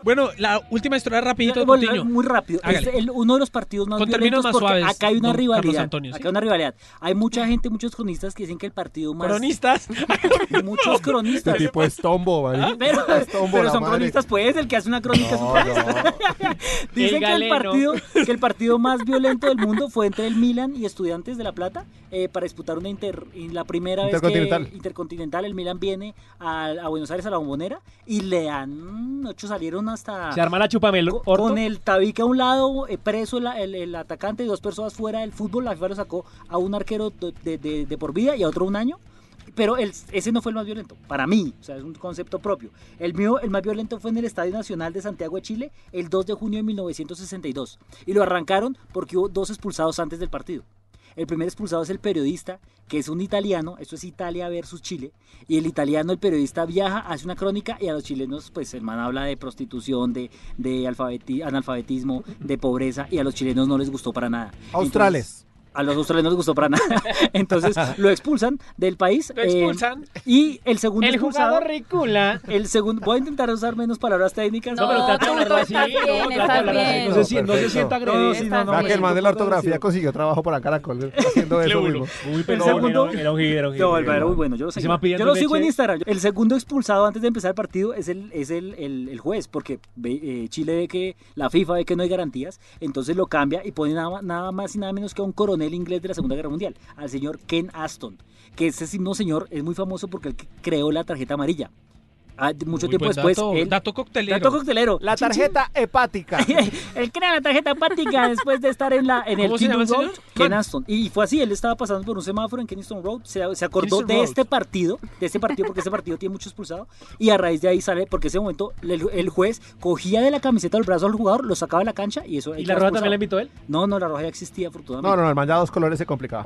Bueno, la última historia rapidito, Bueno, Coutinho. muy rápido. Es Hágale. el- uno de los partidos más Con violentos términos más porque suaves, acá hay una don Carlos rivalidad. Antonio, ¿sí? Acá hay una rivalidad. Hay mucha gente, muchos cronistas que dicen que el partido más Cronistas. muchos cronistas. ¿Ah? Este tipo es tombo, marica. Pero, Es tombo, pero la son madre. cronistas, pues, el que hace una crónica es un No, cronista. no. Dicen El que el, galeno. partido, que el partido más violento del mundo fue entre el Milan y Estudiantes de La Plata eh, para disputar una inter, y la primera vez Intercontinental. que Intercontinental, el Milan viene a, a Buenos Aires a la bombonera y le dan ocho salieron hasta se arma la chupamelo. orto. con el tabique a un lado, eh, preso la- el, el atacante y dos personas fuera del fútbol. La FIFA lo sacó a un arquero de, de- de- de por vida y a otro un año. Pero el- ese no fue el más violento, para mí, o sea, es un concepto propio. El mío, el más violento fue en el Estadio Nacional de Santiago de Chile el 2 de junio de 1962. Y lo arrancaron porque hubo dos expulsados antes del partido. El primer expulsado es el periodista, que es un italiano, esto es Italia versus Chile, y el italiano, el periodista viaja, hace una crónica y a los chilenos, pues el man habla de prostitución, de, de alfabeti- analfabetismo, de pobreza, y a los chilenos no les gustó para nada. Entonces, Australes. a los australianos no les gustó para nada. Entonces lo expulsan del país. Lo eh, expulsan. y el segundo El expulsado, jugador recula. el segundo, voy a intentar usar menos palabras técnicas. No, pero trata de hablarlo hablar así, estás no, bien, trata de estás hablarlo así. bien. No se, sien- no se Perfecto. sienta No, agredido. sí, no, no, Vea que el man de la tampoco ortografía agresivo. consiguió trabajo para Caracol haciendo eso mismo. Uy, El pero segundo- era, era un hit, era un hit. No, Álvaro, muy bueno, yo lo Ese seguí. man pidiendo Yo lo sigo en leche. Instagram. El segundo expulsado antes de empezar el partido es el, es el, el- el juez, porque ve- eh, Chile ve que la FIFA ve que no hay garantías, entonces lo cambia y pone nada, ma- nada más y nada menos que a un coronel inglés de la Segunda Guerra Mundial, al señor Ken Aston, que ese signo señor es muy famoso porque él que creó la tarjeta amarilla. Ah, de- mucho Muy tiempo buen después, dato, él- dato coctelero. Dato coctelero. La tarjeta hepática. Él crea la tarjeta apática después de estar en, la, en el ¿Cómo se llama Kingston el Road. señor? Ken Man. Aston. Y fue así, él estaba pasando por un semáforo en Kingston Road, se, se acordó Kingston de Road. este partido, de este partido, porque ese partido tiene mucho expulsado, y a raíz de ahí sale, porque ese momento el, el juez cogía de la camiseta del brazo al jugador, lo sacaba de la cancha y eso... ¿Y la roja también la expulsado. invitó él? No, no, la roja ya existía, afortunadamente. No, no, no, el man ya dos colores se complicaba.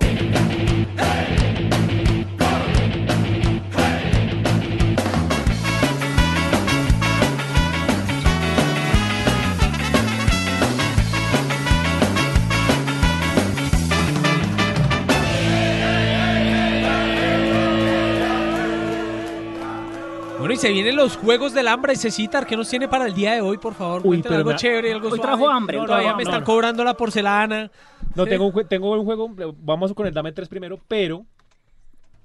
se vienen los Juegos del Hambre. Cecitar, ¿qué nos tiene para el día de hoy, por favor? Cuéntenos pero algo me- chévere, algo Hoy suave. trajo hambre, No, hoy todavía trajo me hambre. están cobrando la porcelana. No, tengo un, jue- tengo un juego, vamos con el Dame 3 primero, pero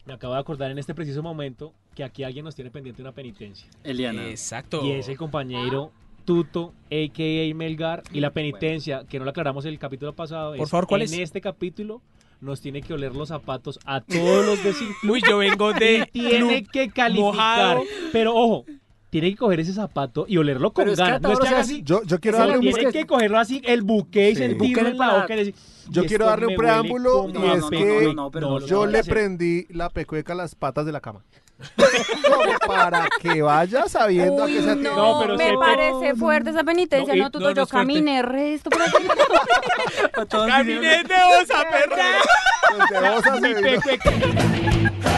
me acabo de acordar en este preciso momento que aquí alguien nos tiene pendiente una penitencia. Eliana. Exacto. Y es el compañero Tuto, a.k.a. Melgar, y la penitencia, que no la aclaramos en el capítulo pasado. Por favor, ¿cuál en es? este capítulo nos tiene que oler los zapatos a todos los de Sin Club. Luis, yo vengo de tiene club que calificar. mojado. Pero ojo, tiene que coger ese zapato y olerlo con Pero es que ganas. a No es todos que haga los así. Yo, yo quiero Esa es darle la un, tiene Tiene que- que cogerlo así, el buque y Sí. sentirlo Buque en la para- boca. y decir, Yo "Y quiero esto darle un me preámbulo, huele y como a es pe- que no, no, pero no, lo no, Yo no, le no, no. prendí la pecueca a las patas de la cama. Como para que vaya sabiendo a Uy, qué se atiene. no, No, pero me sepa- parece fuerte esa penitencia. No, No, y- Tuto, no, no yo es fuerte. caminé resto por aquí. Todos Caminé vinieron- de osa, perra. Los de Osa se Mi vino. pecueca.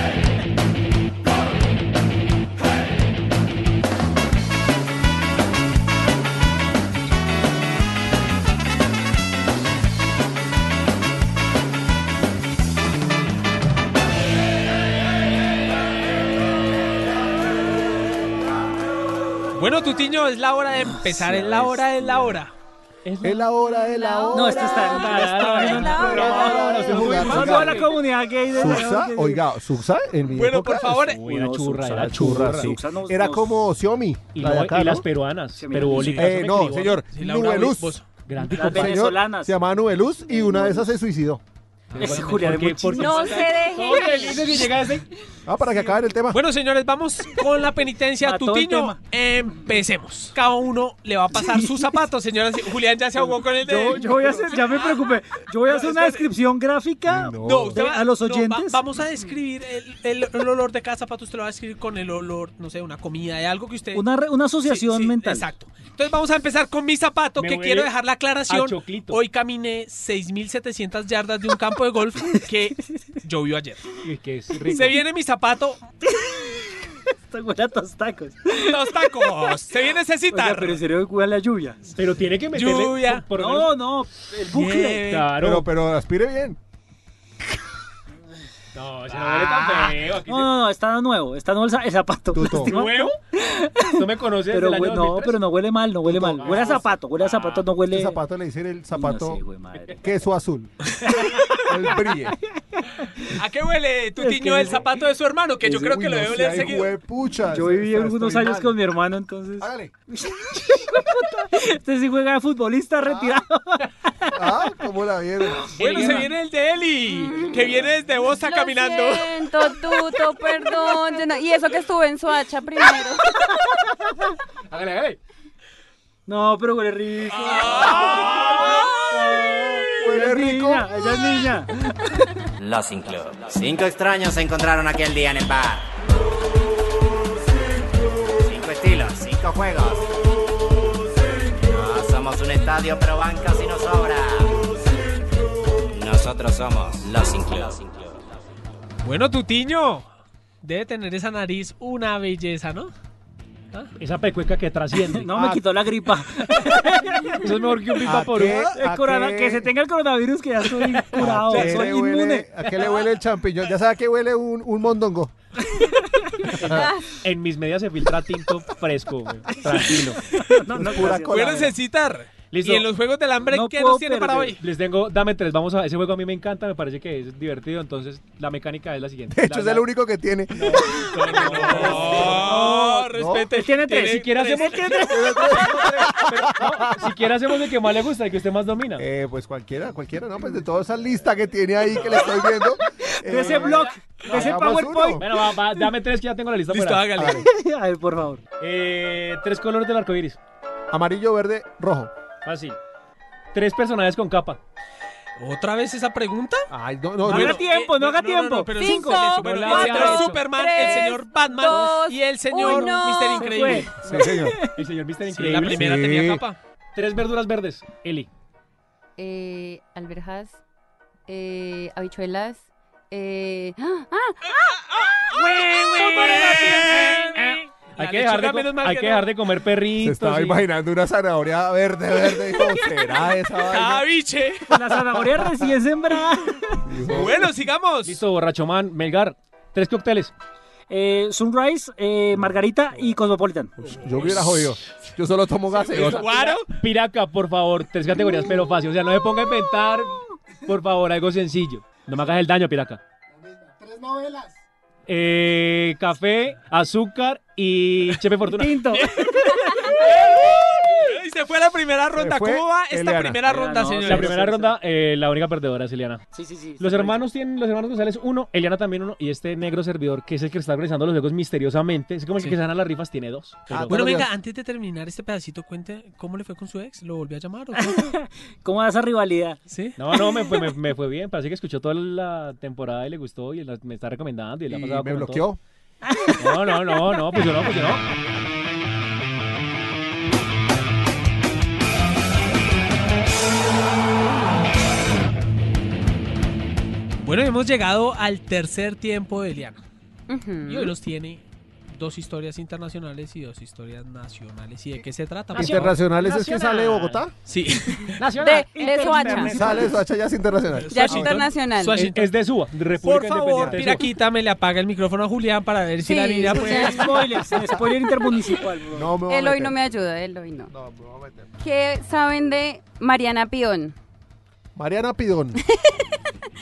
Bueno, Tutiño, es la hora de empezar, es la hora, es la hora. Es la hora de la hora. No, esto está. Oiga, Saludos a la comunidad gay de Suxa, oiga, Suxa en mi Bueno, época, por favor. eh, Uy, era churra, Suxa, era churra, churra. sí. Suxa nos- Era nos- como Xiaomi. Y, la de no- acá, y las ¿no? peruanas, Sí, mira, pero sí. bolitas. Eh, no, señor, Sí, Laura Nubeluz. Bos- Grande Las compañía. Señor, venezolanas. se llama Nubeluz y una de esas se suicidó. Ese Julián es Porque- muy porque- chistoso. No se Todos dejen. felices y llega ese- Ah, para que acaben el tema. Bueno, señores, vamos con la penitencia. Mató el Tutiño, tema. empecemos. Cada uno le va a pasar sus zapatos, señoras. y- Julián ya se ahogó con el Yo, dedo. yo voy a hacer, ya me preocupé. Yo voy a hacer una descripción gráfica No. No, usted de- va- a los no, va- oyentes. vamos a describir el, el- el olor de cada zapato. Usted lo va a describir con el olor, no sé, una comida, de algo que usted. Una, re- una Sí, asociación sí, mental. Exacto. Entonces vamos a empezar con mi zapato, Me que huele quiero dejar la a aclaración. choclito. Hoy caminé 6.700 yardas de un campo de golf que llovió ayer. Y que es rico. Se viene mi zapato, Esta güey era tos tacos. los tacos. Se viene ese Oiga, citar. pero en serio, cuida la lluvia. Pero tiene que meterle. Lluvia. por- por lo No, menos- no, pues, el bucle. Nieve. Claro. Pero, pero aspire bien. No, se no huele ah. tan feo. Aquí No, no, no, está nuevo. Está nuevo el za- el zapato. Tuto. se... ¿Huevo? ¿No me conoces Pero desde el hue- año no, 2003? pero no huele mal, no huele mal. Huele a zapato, huele a ah, zapato, no El huele. zapato le dicen el No zapato sé, güey, madre. queso azul. el brille. ¿A qué huele tu tiño el zapato de su hermano? Que yo creo que lo debe oler seguido. Pucha, Yo viví algunos años con mi hermano, entonces. Hágale. Este sí juega de futbolista retirado. Ah, ¿cómo la vieron? Bueno, se viene el de Eli, que viene desde Bosa Lo caminando. siento, Tuto, perdón. Yo no- Y eso que estuve en Soacha primero. Hágale, hágale. No, pero huele rico. Huele Ella es rico. niña, ella es niña. Los Sin Club. Cinco extraños se encontraron aquel día en el bar. Cinco estilos, cinco juegos. No somos un estadio, pero van casi nos sobra. Nosotros somos Los Sin Club. Bueno, tu tiño debe tener esa nariz una belleza, ¿no? Ah. Esa pecueca que trasciende. No, me quitó la gripa. Eso es mejor que un pipa ¿A por qué? uno. El ¿A corona- qué? que se tenga el coronavirus, que ya estoy curado, ¿A qué soy le inmune. huele- ¿A qué le huele el champiñón? Ya sabe que huele un, un mondongo. En mis medias se filtra tinto fresco, güey. tranquilo. No, no, Pura gracias. cola. Bueno, ese citar. Listo. Y en los Juegos del Hambre, No ¿qué puedo nos tiene para perder. hoy? Les tengo, dame tres, vamos a, ese juego a mí me encanta, me parece que es divertido, entonces la mecánica es la siguiente. De hecho, La- es el la- único que tiene. No, respete. Él tiene tres. pues Si quiere hacemos, Pero, no, si quiere hacemos el que más le gusta, el que usted más domina. Eh, pues cualquiera, cualquiera, ¿no? Pues de toda esa lista que tiene ahí que le estoy viendo. De ese blog, de ese eh, hagamos PowerPoint. uno. Bueno, va, va, dame tres que ya tengo la lista Listo, por ahí. hágale. A ver, por favor. Eh, tres colores del arco iris. Amarillo, verde, rojo. Fácil. Tres personajes con capa. ¿Otra vez esa pregunta? Ay, no, no, haga no. Bueno, eh, tiempo, no haga tiempo. pero Cinco, silencio. Bueno, el cuatro, señor Superman, el tres, señor Batman dos, y el señor uno. Mister Se Increíble. fue. Sí, señor. El señor Mister Sí, la Increíble. primera Sí. tenía capa. Tres verduras verdes. Eli. Eh, alberjas, eh, habichuelas. Eh, ¡ah! ¡Ah! Hay La que, dejar de, lechuga, menos com- mal hay que que no. dejar de comer Se perritos. estaba y- imaginando una zanahoria verde, verde. Dijo, ¿será esa vaina? Cabiche. La zanahoria recién sembrada. Bueno, sigamos. Listo, borracho man. Melgar. Tres cócteles. eh, Sunrise, eh, Margarita y Cosmopolitan. Yo hubiera jodido. Yo solo tomo gaseosa. Piraca, por favor, tres categorías, pero fácil. O sea, no me ponga a inventar, por favor, algo sencillo. No me hagas el daño, Piraca. Tres novelas. Eh, café, azúcar y Chepe Fortuna. Tinto. Y se fue la primera ronda. Se fue ¿Cómo va esta Eliana. primera Eliana, ronda, no, señores? La primera ronda, eh, la única perdedora es Eliana. Sí, sí, sí. Los hermanos tienen, los hermanos González uno, Eliana también uno, y este negro servidor, que es el que está organizando los juegos misteriosamente, es como el Sí. que gana las rifas, tiene dos. Ah, Pero- Ah, Bueno, Buenos venga, días. antes de terminar este pedacito, cuente cómo le fue con su ex. ¿Lo volvió a llamar o qué? ¿Cómo va esa rivalidad? ¿Sí? No, no, me fue, me, me fue bien. Parece que escuchó toda la temporada y le gustó y la- me está recomendando. Y, Y la ha me pasado como en bloqueó. todo. No, no, no, no, pues yo no, pues yo no. Bueno, hemos llegado al tercer tiempo de Eliana. Ujú. Y hoy nos tiene dos historias internacionales y dos historias nacionales. ¿Y de qué se trata? por favor? Internacionales es que Nacional. sale de Bogotá. Sí. De, de Soacha. Sale de Soacha, ya es internacional. Ya es Washington. internacional. Es, Washington. es de Suba, Por República favor, Independiente de Suba. Piraquita, me le apaga el micrófono a Julián para ver si Sí, la línea sí, puede... Sin spoilers, sin spoiler intermunicipal. bro. No me voy a Él hoy meter. no me ayuda, él hoy no. No, me voy a meter. ¿Qué saben de Mariana Pion? Mariana Pidón.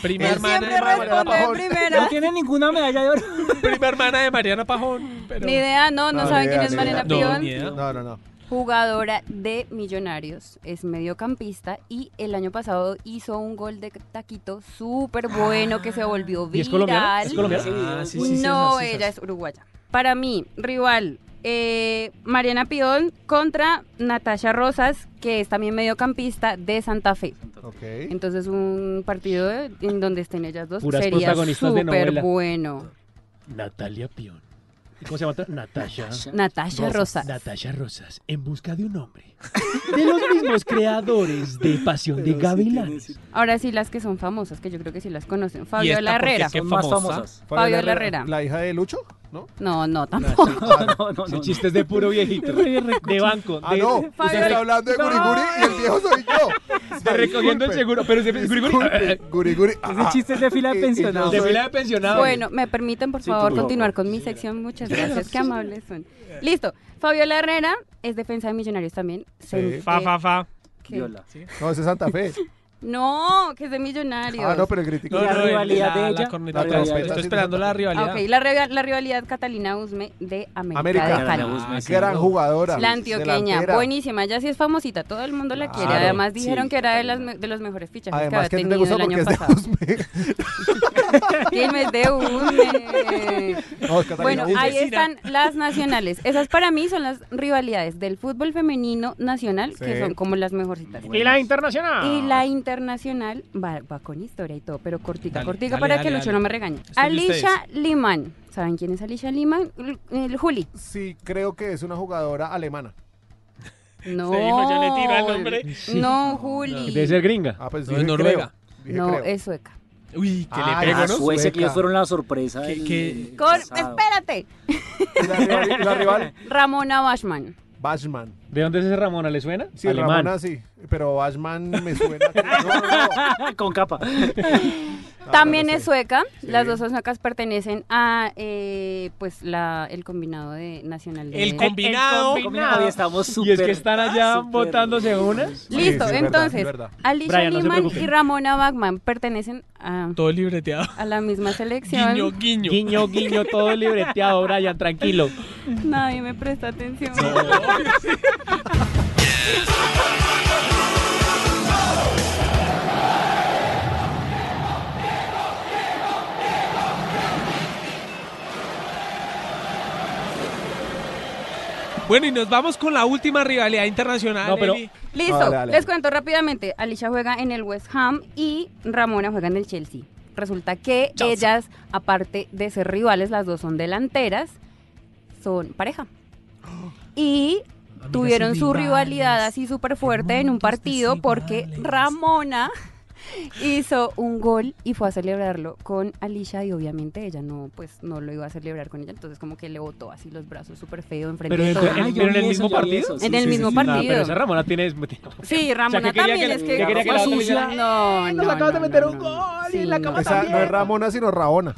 Prima Él hermana, de Siempre Mariana Mariana responde de Pajón. Pajón. No primera. tiene ninguna medalla de oro. Prima hermana de Mariana Pajón. pero- Ni idea, no, no, No, saben ni quién idea, es ni Mariana idea. No, Pion. ni idea. No, no, no. Jugadora de Millonarios, es mediocampista y el año pasado hizo un gol de taquito súper bueno que se volvió ¿Y es colombiana? viral. ¿Es colombiana? Ah, sí, sí, sí, No, sí, sí, sí. ella es uruguaya. Para mí, rival, eh, Mariana Pion contra Natasha Rosas, que es también mediocampista de Santa Fe. Ok. Entonces un partido de- en donde estén ellas dos Puras sería protagonistas de novela. súper bueno. Natalia Pion. ¿Y ¿Cómo se llama? otra? Natasha. Natasha Rosas. Natasha Rosas, en busca de un hombre. De los mismos creadores de Pasión de Gavilanes. Ahora sí las que son famosas, que yo creo que sí las conocen. ¿Y esta Fabiola por qué? Herrera. ¿Qué Son más famosa? famosas. Fabiola Fabiola Herrera. La hija de Lucho, ¿no? No, no, tampoco. No, no, no. Son no. chistes de puro viejito. De banco. Ah, de- no. Usted está hablando de Guriguri y el viejo soy yo. de recogiendo el seguro. Pero se Guriguri. Guriguri. ah, Eh, Ese chiste es de fila de Y- y pensionados. eh, De fila de pensionados. Bueno, me permiten por favor continuar con mi sección. Muchas gracias, qué amables son. Listo. Fabiola Herrera es defensa de Millonarios también. Se- Fa, eh, fa, fa. que- Viola. No, ese es Santa Fe. No, que es de Millonarios. Ah, no, pero el crítico. No, La no. rivalidad la- de La ella. corneta, La pero trompeta, estoy sí, esperando la Ah, rivalidad. ok, la, rival- la rivalidad Catalina Usme de América, América. de Catalina Cali. Usme. Ah, sí, Gran no. jugadora. La antioqueña, delantera. buenísima, ella sí es famosita, todo el mundo la quiere. Claro, Además sí, dijeron que era de, las, Catalina. me- de los mejores fichajes Además, que que a ti había te tenido gusta el porque año es de pasado. Usme. Dime de Usme. No, es Catalina Bueno, Usme. ahí están las nacionales. Esas para mí son las rivalidades del fútbol femenino nacional, que Sí. son como las mejorcitas. Y la internacional. Y la internacional va, va con historia y todo, pero cortica, Dale, cortica dale, para dale, que Lucho dale. no me regañe. Estoy de Alicia Liman. ¿Saben quién es Alicia Liman? L- el Juli. Sí, creo que es una jugadora alemana. No. dijo, yo le tiro al nombre. No, Juli. Debe ser gringa. Ah, pues No, dije es Noruega. creo. Dije No, creo. es sueca. Uy, que Ah, le pego, Ah, ¿no? Suecia, que Sueca. ellos fueron la sorpresa. Que- del- que- del Cor- pasado. espérate. Y La rival, la rival Ramona Bachman. Bashman. ¿De dónde es ese Ramona? ¿Le suena? Sí, Ramona sí, pero Bashman me suena. que- No, no, no. Con capa. Ah, También no es sé. sueca. Sí. Las dos son suecas pertenecen a eh, pues la, el combinado de nacional de El combinado. Hoy estamos Y súper. es que están allá súper- botándose unas. Sí, sí, Listo, es verdad, entonces, es verdad. Alicia Brian, no se Liman preocupe. y Ramona Bachman pertenecen a, Todo libreteado. a la misma selección. Guiño, guiño. Guiño, guiño, todo libreteado, Brian, tranquilo. Nadie me presta atención. Bueno, y nos vamos con la última rivalidad internacional. No, pero- Eli. Listo, Dale, dale. les cuento rápidamente. Alicia juega en el West Ham y Ramona juega en el Chelsea. Resulta que Chelsea. ellas, aparte de ser rivales, las dos son delanteras, son pareja. Y Amigas tuvieron y su rivales. rivalidad así súper fuerte en un mundo es partido porque desigual. Ramona hizo un gol y fue a celebrarlo con Alicia y obviamente ella no pues no lo iba a celebrar con ella, entonces como que le botó así los brazos súper feo enfrente Pero de en- todo. en- Ay, yo pero en vi el eso, mismo yo vi partido. eso, sí, En el sí, mismo sí, sí. partido. Nah, pero esa Ramona tiene. Sí, quería Ramona que también la- es que que, quería que fue la otra le sucia. dijera, No, no, no, no, no. mal y en la Ah, cama Esa también. no es Ramona, sino Raona.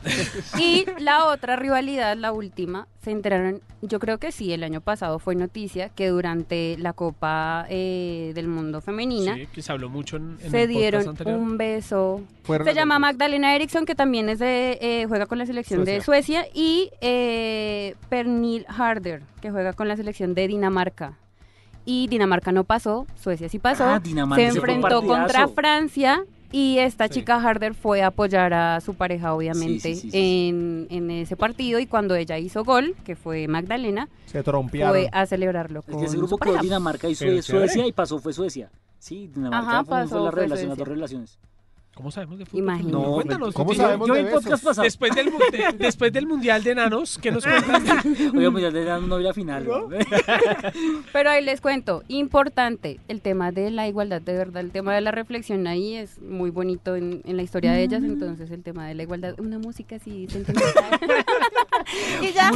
Y la otra rivalidad, la última, se enteraron, yo creo que sí, el año pasado fue noticia que durante la Copa eh, del Mundo Femenina Sí, que se habló mucho en, en se el podcast dieron anterior. un beso. Fue se relevante. llama Magdalena Eriksson, que también es de, eh, juega con la selección de Suecia, y eh, Pernil Harder, que juega con la selección de Dinamarca. Y Dinamarca no pasó, Suecia sí pasó. Ah, Dinamarca se sí fue un enfrentó partidazo. contra Francia y esta chica Harder fue a apoyar a su pareja, obviamente, Sí, sí, sí, sí, en, en ese partido. Y cuando ella hizo gol, que fue Magdalena, Se trompearon. fue a celebrarlo Es con que ese su grupo quedó pareja. Dinamarca y Pero Sue- chévere. Suecia y pasó fue Suecia. Sí, Dinamarca Ajá, fue, fue pasó, la fue relación, las Suecia. dos relaciones. ¿Cómo sabemos de fútbol? Imagínate. No, cuéntanos. ¿cómo Tito. sabemos Yo de en besos? podcast pasado. Después del, mu- de- después del Mundial de Enanos, ¿qué nos cuentan? Oye, pues ya le dan novia final. ¿no? Pero ahí les cuento, importante, el tema de la igualdad, de verdad, el tema de la reflexión ahí es muy bonito en, en la historia de ellas, entonces el tema de la igualdad, una música así sentimental. y ya.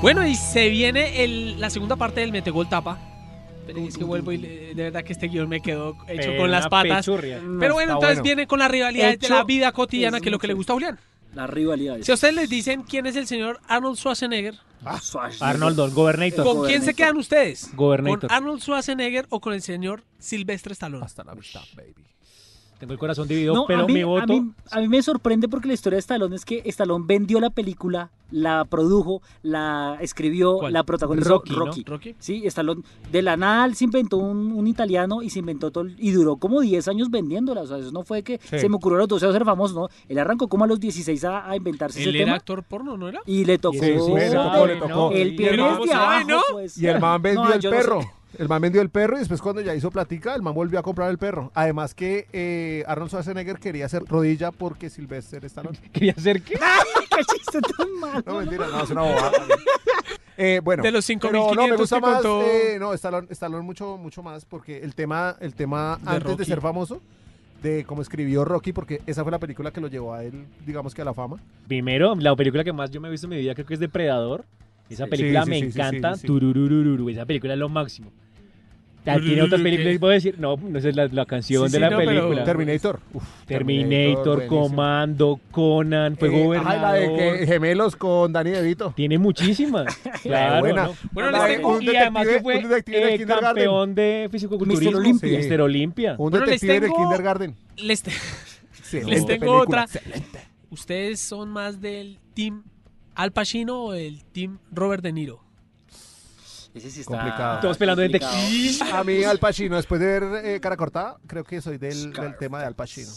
Bueno, y se viene el- la segunda parte del Metegol Tapa. Pero es que vuelvo y le- de verdad que este guión me quedó hecho Pero con las una patas. pechurria. Pero No, bueno, está entonces bueno. viene con la rivalidad de Hecho la vida cotidiana, es que es lo que le gusta a Julián. Las rivalidades. Si a ustedes les dicen quién es el señor Arnold Schwarzenegger, Schwarzenegger. Arnoldo, Gobernator. ¿con quién se quedan ustedes? ¿Con Gobernator. Arnold Schwarzenegger o con el señor Silvestre Stallone? Hasta la baby. Tengo el corazón dividido, No, pero a mí, mi a voto. mí- a mí me sorprende porque la historia de Stallone es que Stallone vendió la película, la produjo, la escribió, ¿Cuál? la protagonizó Rocky, Rocky. ¿no? Rocky. Sí, Stallone. De la nada él se inventó un, un italiano y se inventó todo. el- Y duró como 10 años vendiéndola. O sea, eso no fue que Sí. se me ocurrió a los 12 años ser famoso, ¿no? Él arrancó como a los 16 a, a inventarse Él ese era tema. actor porno, ¿no era? Y le tocó. Sí, sí, le tocó, le el- tocó. El pie Pero desde ¿cómo sabe, abajo, Ah, no? pues. Y el man vendió No, el yo no sé perro. El man vendió el perro y después cuando ya hizo platica, el man volvió a comprar el perro. Además que eh, Arnold Schwarzenegger quería hacer rodilla porque Sylvester Stallone. ¿Quería hacer qué? qué chiste tan malo. No, mentira, no, es una bobada. Eh, bueno, De los pero no, me 5.500 gusta que más, contó- eh, no, Stallone, Stallone mucho, mucho más porque el tema, el tema De antes Rocky. de ser famoso, de cómo escribió Rocky, porque esa fue la película que lo llevó a él, digamos que a la fama. Primero, la película que más yo me he visto en mi vida creo que es Depredador. Esa Sí. película Sí, sí, me sí, sí, encanta. sí, sí. Turururururu, Esa película es lo máximo. Ah, Tiene otras Turururu, películas, ¿qué? puedo decir, no, no esa es la, la canción Sí, de sí, la no, pero- película. Terminator. Uf, Terminator, buenísimo. Comando, Conan, fue Eh, ajá, la de gobernador. que- gemelos con Danny DeVito. Tiene muchísimas. claro, buena. ¿no? Bueno, La les de tengo- un y además que detective- fue un detective de eh, kindergarten. campeón de fisicoculturismo. Mister Olimpia. Mister Olimpia. Un Bueno, les detective tengo- de kindergarten. Les, te- les Excelente tengo película, otra. ¿Ustedes son más del team Al Pacino o el team Robert De Niro? Ese sí está Complicado. Todos pelando gente. complicado. A mí Al Pacino, después de ver eh, Cara Cortada, creo que soy del, del tema de Al Pacino.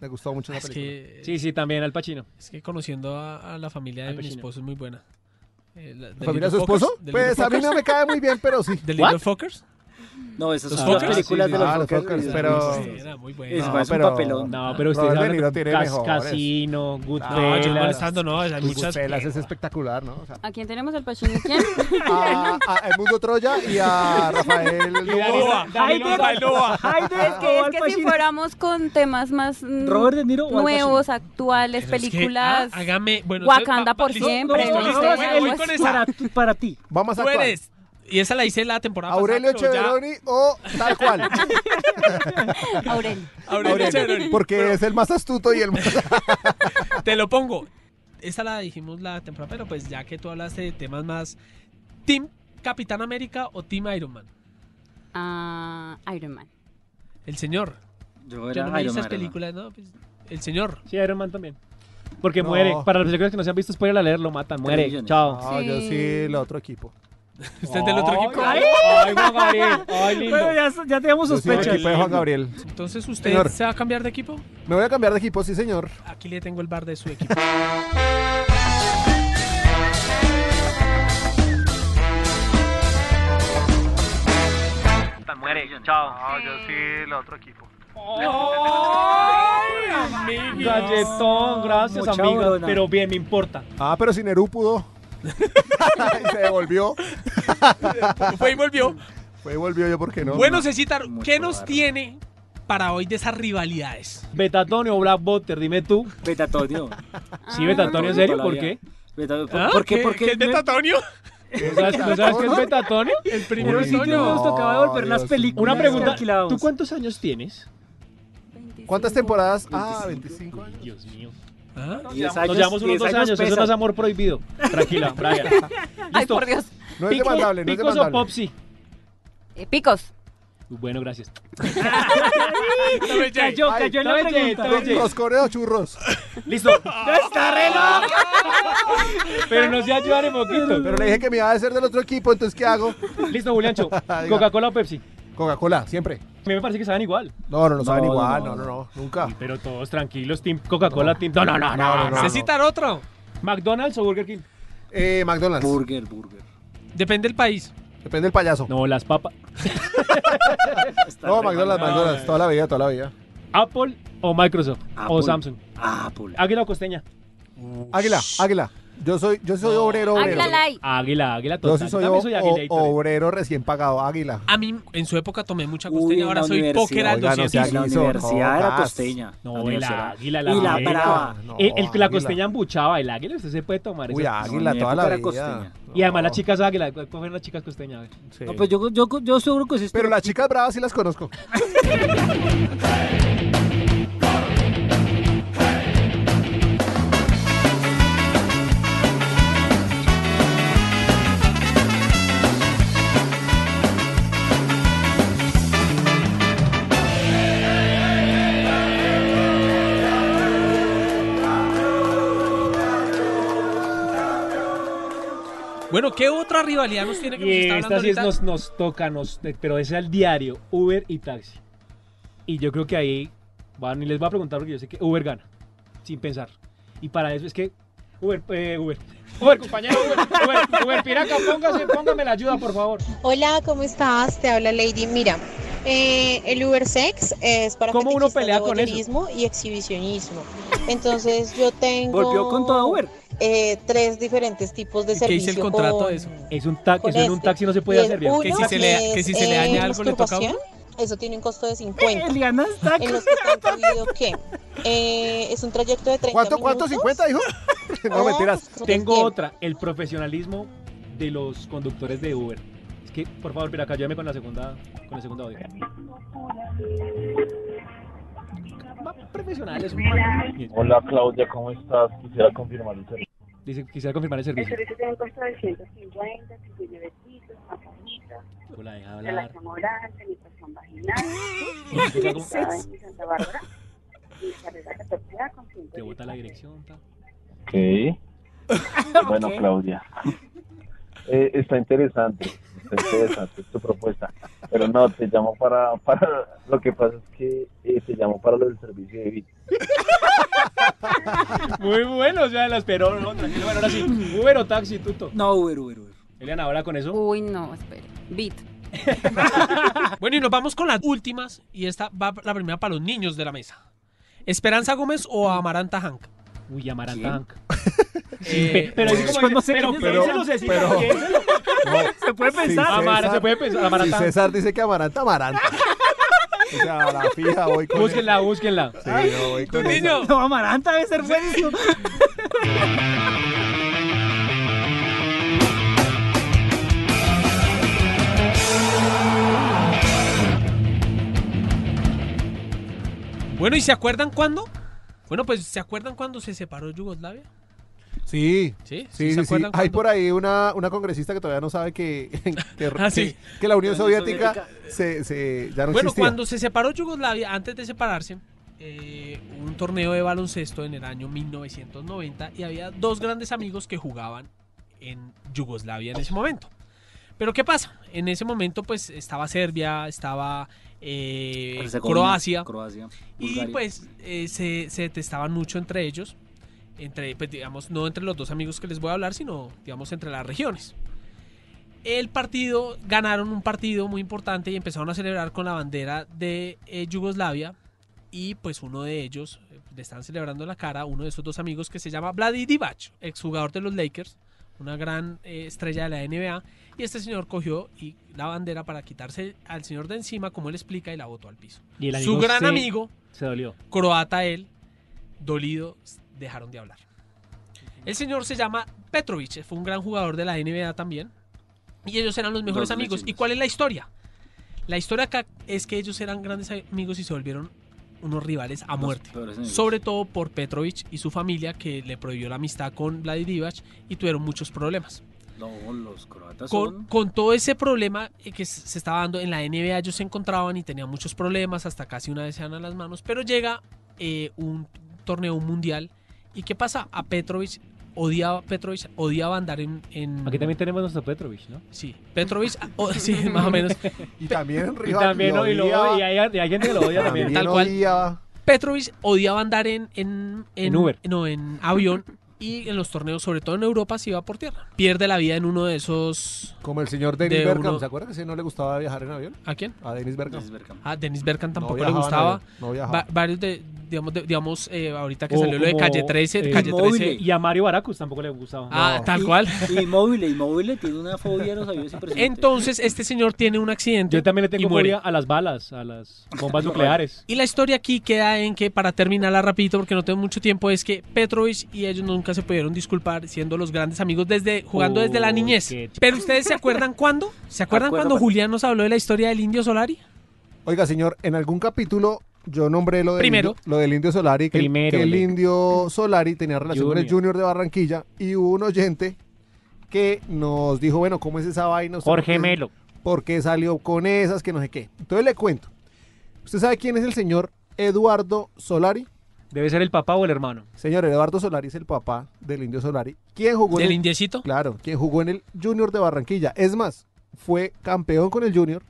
Me gustó mucho la Ah, Es película. que, Sí, sí, también Al Pacino. es que conociendo a, a la familia de Al mi Pacino. esposo es muy buena. Eh, la- ¿La The familia de su Little esposo? Fuckers, The Pues Little a mí Fuckers, no me cae muy bien, pero sí. The ¿What? Little Fuckers. No, esas Los son las Fokkers, películas sí, de sí. los Ah, los Fokkers, Fokkers, sí, pero- sí, Sí, sí. era muy Es buena. No, más un pero- papelón. No, pero Robert ustedes De hablan Niro con tiene Cas- mejores. Casino, No, yo Goodfellas. molestando, no, hay Tus muchas. pelas es espectacular, ¿no? O sea, ¿A quién tenemos al Pachino? ¿Quién? a, a Edmundo Troya y a Rafael Novoa. Loa, Danilo Bailoa. es que, es que si fuéramos con temas más mm, Robert De Niro o Al nuevos, actuales, Pero es que, películas. ah, hágame, bueno, Wakanda por listo, siempre, listo, no listo, sé, voy- algo voy con así. esa. Para, tu- para ti. Vamos a Tú actuar. eres. Y esa la hice la temporada Aurelio pasada. pero ya- Echeveroni o tal cual. Aurelio. Aurelio Echeveroni. Porque es el más astuto y el más... Te lo pongo. Esta la dijimos la temporada, pero pues ya que tú hablaste de temas más. ¿Team Capitán América o Team Iron Man? Ah, Iron Man. El señor. Yo Yo era no me vi Iron esas Man. películas, ¿no? Pues, el señor. Sí, Iron Man también. Porque No. muere. Para las películas que no se han visto, spoiler alert, lo matan. Muere. millones. Chao. No, Ah, yo sí, el otro equipo. Usted es del otro equipo. Ay, ay, Juan Gabriel. Ay, lindo. Bueno, ya, ya teníamos Yo sí, el sospechas. equipo de Juan Gabriel. Entonces, ¿usted Señor. se va a cambiar de equipo? Me voy a cambiar de equipo, sí, señor. Aquí le tengo el bar de su equipo. Muere, chao. ¡Ay, amigo! Galletón, gracias, Mucha amiga. brona. Pero bien, me importa. Ah, pero sin Eru pudo. y se devolvió. Fue y volvió. Fue y volvió yo, ¿por qué no? Bueno, Cecitar, Mucho ¿qué nos barro. tiene para hoy de esas rivalidades? Betatonio o Black Butter, dime tú. Betatonio. Ah, Sí, Betatonio, ¿en serio? ¿Por Todavía. qué? Beta- ¿por- ¿Ah? ¿Por qué? ¿Qué- ¿Por qué? qué es me- Betatonio? ¿No sabes, no sabes qué es Betatonio? El primer Uy, sitio nos tocaba devolver las películas Una que pregunta, alquilábamos. ¿tú cuántos años tienes? ¿Cuántas temporadas? Ah, 25 años. Dios mío. Nos Nos Diez años- llevamos unos diez dos años años, eso no pesan. es amor prohibido. Tranquila, Brian. Ay, Listo. por Dios. No es Pico- demandable, no es ¿Picos o demandable. Popsi? Eh, picos. Bueno, gracias. Cayó, cayó en la Ay, pregunta. Oye. Los coreos churros. Listo. ¡Está re loco! Pero nos ya ayudar en poquito. Pero le dije que me iba a hacer del otro equipo, entonces ¿qué hago? Listo, Juliancho. ¿Coca-Cola o Pepsi? Coca-Cola, siempre. A mí me parece que saben igual. No, no, no saben No, igual, no, no, no, no, nunca. Pero todos tranquilos, Team Coca-Cola, Team. No, no, no, no. No, no, no. ¿Necesitan otro? ¿McDonald's o Burger King? Eh, McDonald's. Burger, burger. Depende del país. Depende del payaso. No, No, las papas. Está re McDonald's, mal. McDonald's. Toda la vida, toda la vida. ¿Apple o Microsoft? ¿O Apple. Samsung? Apple. Águila o Costeña. Águila, águila. Yo soy, yo soy obrero, obrero. Águila Light. Águila, águila Yo total. sí soy, Yo también o- soy o- águila. obrero recién pagado, águila. A mí en su época tomé mucha Uy, costeña, en ahora la soy universidad. póker al Oiga, no 200. sea Sí, la guiso, universidad no, era gas. costeña. No, La el universidad. águila, la Y la águila. brava. No, El- el- águila. la costeña embuchaba, el águila, usted se puede tomar Uy, eso. águila, mi toda época la era vida. costeña. Y además No, las chicas águila, ¿cu- ¿cuáles fueron las chicas costeña? A ver. sí. No, pues yo, yo, yo seguro que sí estoy- Pero las chicas bravas sí las conozco. Bueno, ¿qué otra rivalidad nos tiene que nos Y está hablando esta sí es, ahorita? nos, nos toca, nos, de- pero es al diario, Uber y taxi. Y yo creo que ahí van y les va a preguntar porque yo sé que Uber gana, sin pensar. Y para eso es que Uber, eh, Uber, Uber, compañero Uber, Uber, Uber, piraca, póngase, póngame la ayuda, por favor. Hola, ¿cómo estás? Te habla Lady. Mira, eh, el Uber Sex es para ¿Cómo uno catequistas de pelea con eso? voyerismo y exhibicionismo. Entonces yo tengo Volvió con toda Uber. eh, tres diferentes tipos de ¿Y qué dice el servicio contrato de con- eso? Es un taxi, con eso en un este. taxi no se puede Y el hacer bien. uno Que si se le- que si se le es, daña eh, algo, le toca a uno. masturbación. Eso tiene un costo de 50. Eliana está en los que está incluido que eh, es un trayecto de 30 ¿Cuánto, cuánto? minutos. ¿50, hijo? No, Ah, mentiras. pues, Tengo bien. otra, el profesionalismo de los conductores de Uber. Es que, por favor, piraca, ayúdame con la segunda, con el segundo audio. Va, Profesionales. Hola Claudia, ¿cómo estás? Quisiera confirmar el servicio. Dice, quisiera confirmar el servicio. tiene un costo de 150, 59 pisos, masajito, Hola, deja hablar. oral, penetración vaginal, en Santa Bárbara, y carrera 14 con Te bota la dirección. ta. Ok. Bueno Claudia, Eh, está interesante, está interesante tu propuesta. Pero no, te llamo para, para lo que pasa es que eh, te llamo para lo del servicio de Vito. Muy bueno, o sea, las pero no, tranquilo. Bueno, ahora sí. Uber o taxi, tuto. No, Uber, Uber, Uber. Eliana, ahora con eso. Uy, no, espere. Beat. Bueno, y nos vamos con las últimas. Y esta va la primera para los niños de la mesa. ¿Esperanza Gómez o Amaranta Hank? Uy, Amaranta ¿Quién? Hank. Eh, Pero así como pues no dice, sé pero quién es pero, ella. piénselo, Ceci, Pero- piénselo. Se puede pensar. Amar- se puede pensar, amaranta. Si César dice que amaranta, amaranta. O sea, la fija voy con Búsquenla, búsquenla. esa. Sí, yo voy con esa. niño. No, Amaranta debe ser buenísimo. Bueno, ¿y se acuerdan cuándo? Bueno, pues ¿se acuerdan cuando se separó Yugoslavia? Sí. Sí, Sí, se sí, sí. acuerdan Hay cuando- por ahí una, una congresista que todavía no sabe que, que, Ah, sí. que- que la Unión La Unión Soviética se, se- ya no Bueno, existía. cuando se separó Yugoslavia, antes de separarse, eh, hubo un torneo de baloncesto en el año 1990 y había dos grandes amigos que jugaban en Yugoslavia en ese momento. Pero ¿qué pasa? En ese momento pues estaba Serbia, estaba eh, Herzegovina, Croacia Croacia. y Bulgaria. pues eh, se, se detestaban mucho entre ellos, entre, pues, digamos, no entre los dos amigos que les voy a hablar, sino digamos entre las regiones. El partido, ganaron un partido muy importante y empezaron a celebrar con la bandera de eh, Yugoslavia y pues uno de ellos, eh, le están celebrando en la cara, a uno de esos dos amigos que se llama Vladi Divac, exjugador de los Lakers, una gran eh, estrella de la NBA, y este señor cogió y la bandera para quitarse al señor de encima, como él explica, y la botó al piso. Y el Su amigo gran se- amigo, Se dolió. croata él, dolido, dejaron de hablar. El señor se llama Petrovic, fue un gran jugador de la NBA también. Y ellos eran los mejores Dos amigos. ¿Y cuál es la historia? La historia acá es que ellos eran grandes amigos y se volvieron unos rivales a Los muerte. peores enemigos. Sobre todo por Petrovic y su familia que le prohibió la amistad con Vladivac y tuvieron muchos problemas. No, los croatas Con, son... con todo ese problema eh, que se se estaba dando en la NBA, ellos se encontraban y tenían muchos problemas, hasta casi una vez se dan a las manos, pero llega eh, un torneo mundial y ¿qué pasa? A Petrovic odiaba, Petrovic odiaba andar en... en- Aquí también tenemos nuestro Petrovich, ¿no? Sí, Petrovic, o- sí, más o menos. Y también Y rival. también, ¿no? y, lo- odiaba. y hay, y hay gente que lo odia también. Tal cual. odiaba. Petrovic odiaba andar en, en, En Uber. No, en avión y en los torneos, sobre todo en Europa, se iba por tierra. Pierde la vida en uno de esos... Como el señor Dennis De Bergkamp, uno- ¿se acuerda que ese no le gustaba viajar en avión? ¿A quién? A Dennis Bergkamp. Dennis Bergkamp. A Dennis Bergkamp No tampoco le viajaba en gustaba. avión, no Va- viajaba. varios de, digamos, de- digamos eh, ahorita que O salió lo de como, Calle 13, eh, Calle 13. Inmóvil. Y a Mario Baracus tampoco le gustaba. Ah, No. tal cual. Inmóvil, inmóvil, tiene una fobia a los aviones impresionante. Entonces, este señor tiene un accidente. Yo también le y tengo muere. fobia a las balas, a las bombas nucleares. Y la historia aquí queda en que, para terminarla rapidito, porque no tengo mucho tiempo, es que Petrovic y ellos nunca se pudieron disculpar, siendo los grandes amigos desde jugando desde la Uy, niñez. qué ch- Pero ustedes se acuerdan cuándo? ¿Se acuerdan Acuérdame. cuando Julián nos habló de la historia del indio Solari? Oiga, señor, en algún capítulo yo nombré lo del, Primero. indio, lo del indio Solari, que, Primero, que el Leo. indio Solari tenía relación con el Junior. Junior de Barranquilla y hubo un oyente que nos dijo, bueno, ¿cómo es esa vaina? ¿Usted por qué- ¿Por qué salió con esas? Que no sé qué. Entonces le cuento. ¿Usted sabe quién es el señor Eduardo Solari? Debe ser el papá o el hermano. Señor Eduardo Solari es el papá del indio Solari. ¿Quién jugó en ¿Del el- indiecito? Claro, quien jugó en el Junior de Barranquilla. Es más, fue campeón con el Junior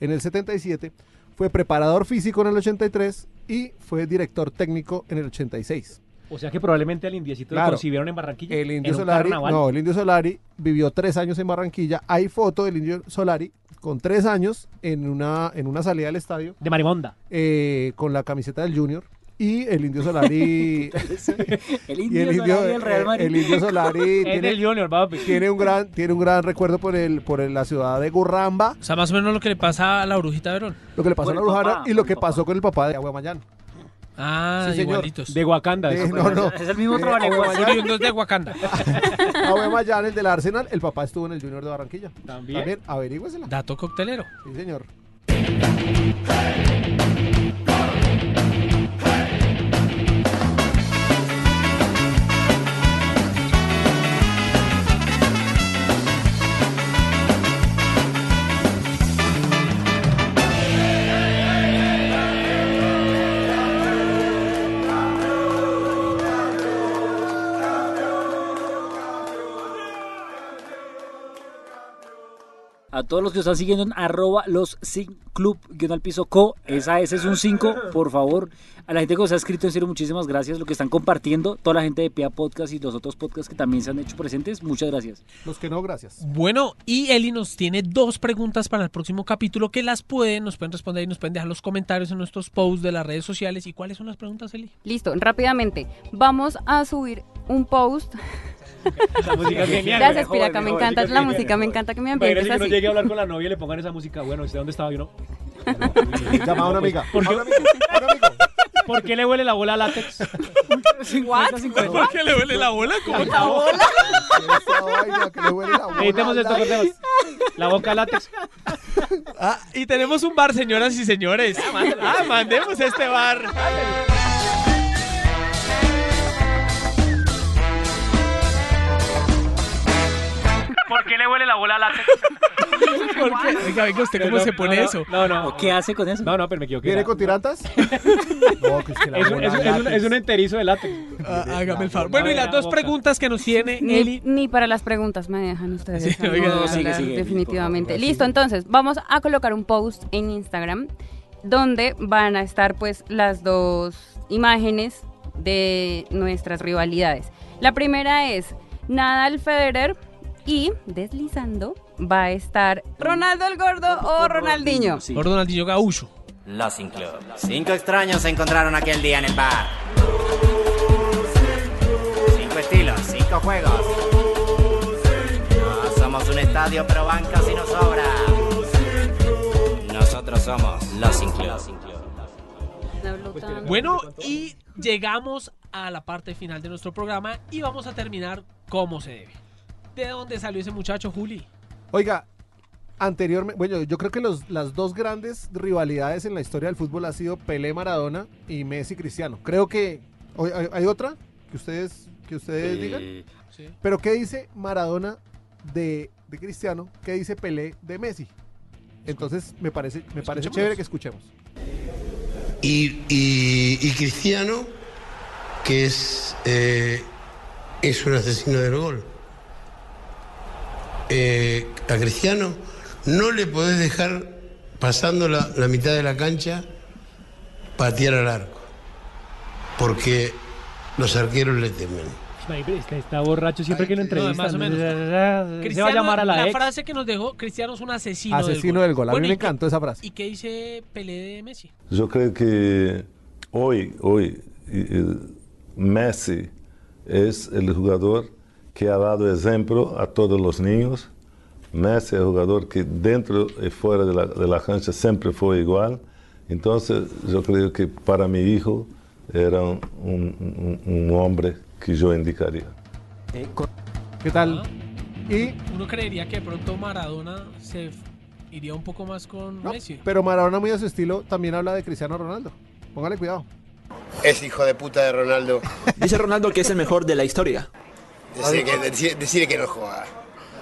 en el 77, fue preparador físico en el 83 y fue director técnico en el 86. O sea que probablemente al indiecito Claro. lo concibieron en Barranquilla. El Indio en un Solari, carnaval. no, el Indio Solari vivió tres años en Barranquilla. Hay foto del Indio Solari con tres años en una, en una salida del estadio De Marimonda. eh, con la camiseta del Junior y el Indio Solari... el y indio, el Indio, eh, Solari del Real Madrid. el Indio Solari Es tiene, del Junior, papi. tiene un gran tiene un gran recuerdo por el por el- la ciudad de Gurramba O sea, más o menos lo que le pasa a la brujita Verón. lo que le pasó Por a la el brujana papá, y lo por que el papá. pasó con el papá de Aguamayán Ah, Sí, señor. igualitos. De Wakanda. Eh, eso. no no Es el mismo Eh, trabalenguas. Aguamayán, Oriundos de Wakanda. Aguamayán, el del Arsenal el papá estuvo en el Junior de Barranquilla También. también averígüesela Dato coctelero. sí señor A todos los que están siguiendo en arroba los sin club guión al piso co, esa S es un 5, por favor. A la gente que nos ha escrito, en serio, muchísimas gracias. Lo que están compartiendo, toda la gente de Pia Podcast y los otros podcasts que también se han hecho presentes, muchas gracias. los que no gracias Bueno, y Eli nos tiene dos preguntas para el próximo capítulo que las pueden, nos pueden responder y nos pueden dejar los comentarios en nuestros posts de las redes sociales. ¿Y cuáles son las preguntas, Eli? Listo, rápidamente. Vamos a subir un post. Esa música es genial. Gracias, joder, Piraca. Me joder, encanta joder, la joder, música, me joder. encanta que me Imagínese ambientes que uno así. llegue a hablar con la novia y le pongan esa música. Bueno, ¿usted dónde estaba? Y uno, llama a una amiga ¿Por a qué? un amigo, a un amigo. ¿Por qué le huele la bola a látex? Ah, 50, 50. qué le huele la bola? ¿Cómo Esa vaina que le huele la bola. Editemos esto, Ay, cortemos. La boca a látex. Ah, y tenemos un bar, señoras y señores. Ah, mandemos este bar. ¿Por qué le huele la bola a látex? Porque, venga, venga, usted cómo No, se no, pone no, eso. No, no. ¿O ¿Qué hace con eso? No, no, pero me equivoqué. ¿Viene Era- con tirantas? No, que es que la Es un, bola es un- es un- látex. es un enterizo de látex. Ah, hágame el favor. bola Bueno, y de las la dos boca. preguntas que nos tiene Ni, Eli. ni para las preguntas me dejan ustedes. Sí, no oiga, voy a sigue, hablar, sigue, definitivamente. por favor, Listo, sigue. entonces vamos a colocar un post en Instagram donde van a estar pues las dos imágenes de nuestras rivalidades. La primera es Nadal Federer y deslizando va a estar Ronaldo el Gordo o Ronaldinho. Sí. Por Ronaldinho Gaúcho. Los Sin Club. Cinco extraños se encontraron aquel día en el bar. Cinco estilos, cinco juegos. Ah, estadio, pero banca si nos sobra. Nosotros somos los Sin Club. Pues, Bueno, y llegamos a la parte final de nuestro programa y vamos a terminar como se debe. ¿De dónde salió ese muchacho, Juli? Oiga, anteriormente, bueno, yo creo que los, las dos grandes rivalidades en la historia del fútbol ha sido Pelé Maradona y Messi Cristiano. Creo que o- hay, hay otra que ustedes que ustedes Eh, digan. sí. Pero ¿qué dice Maradona de, de Cristiano? ¿Qué dice Pelé de Messi? Entonces me parece me parece Escuchémoslos. chévere que escuchemos. y, y- y Cristiano, que es, eh, es un asesino del gol. Eh, a Cristiano no le podés dejar, pasando la, la mitad de la cancha, patear al arco, porque los arqueros le temen. Sniper, es que está borracho siempre que lo No, entrevistan. más o menos. Se va a llamar a la, ex. frase que nos dejó Cristiano es un asesino. Asesino del gol. A mí Bueno, me ¿y qué- encantó esa frase. ¿Y qué dice Pelé de Messi? Yo creo que hoy, hoy y- y Messi é es el jugador que ha dado ejemplo a todos los niños. Messi es el jugador que dentro y fuera de la, de la cancha siempre fue igual. Entonces yo creo que para mi hijo era um, un, un- un- un hombre um que yo indicaría. ¿Qué tal? Y Uno creería que de pronto Maradona se f- iría un poco más con Messi. pero Maradona muy a su estilo también habla de Cristiano Ronaldo. Póngale cuidado. Es hijo de puta de Ronaldo. Dice Ronaldo que es el mejor de la historia. Decir que, decir- decir que no juega.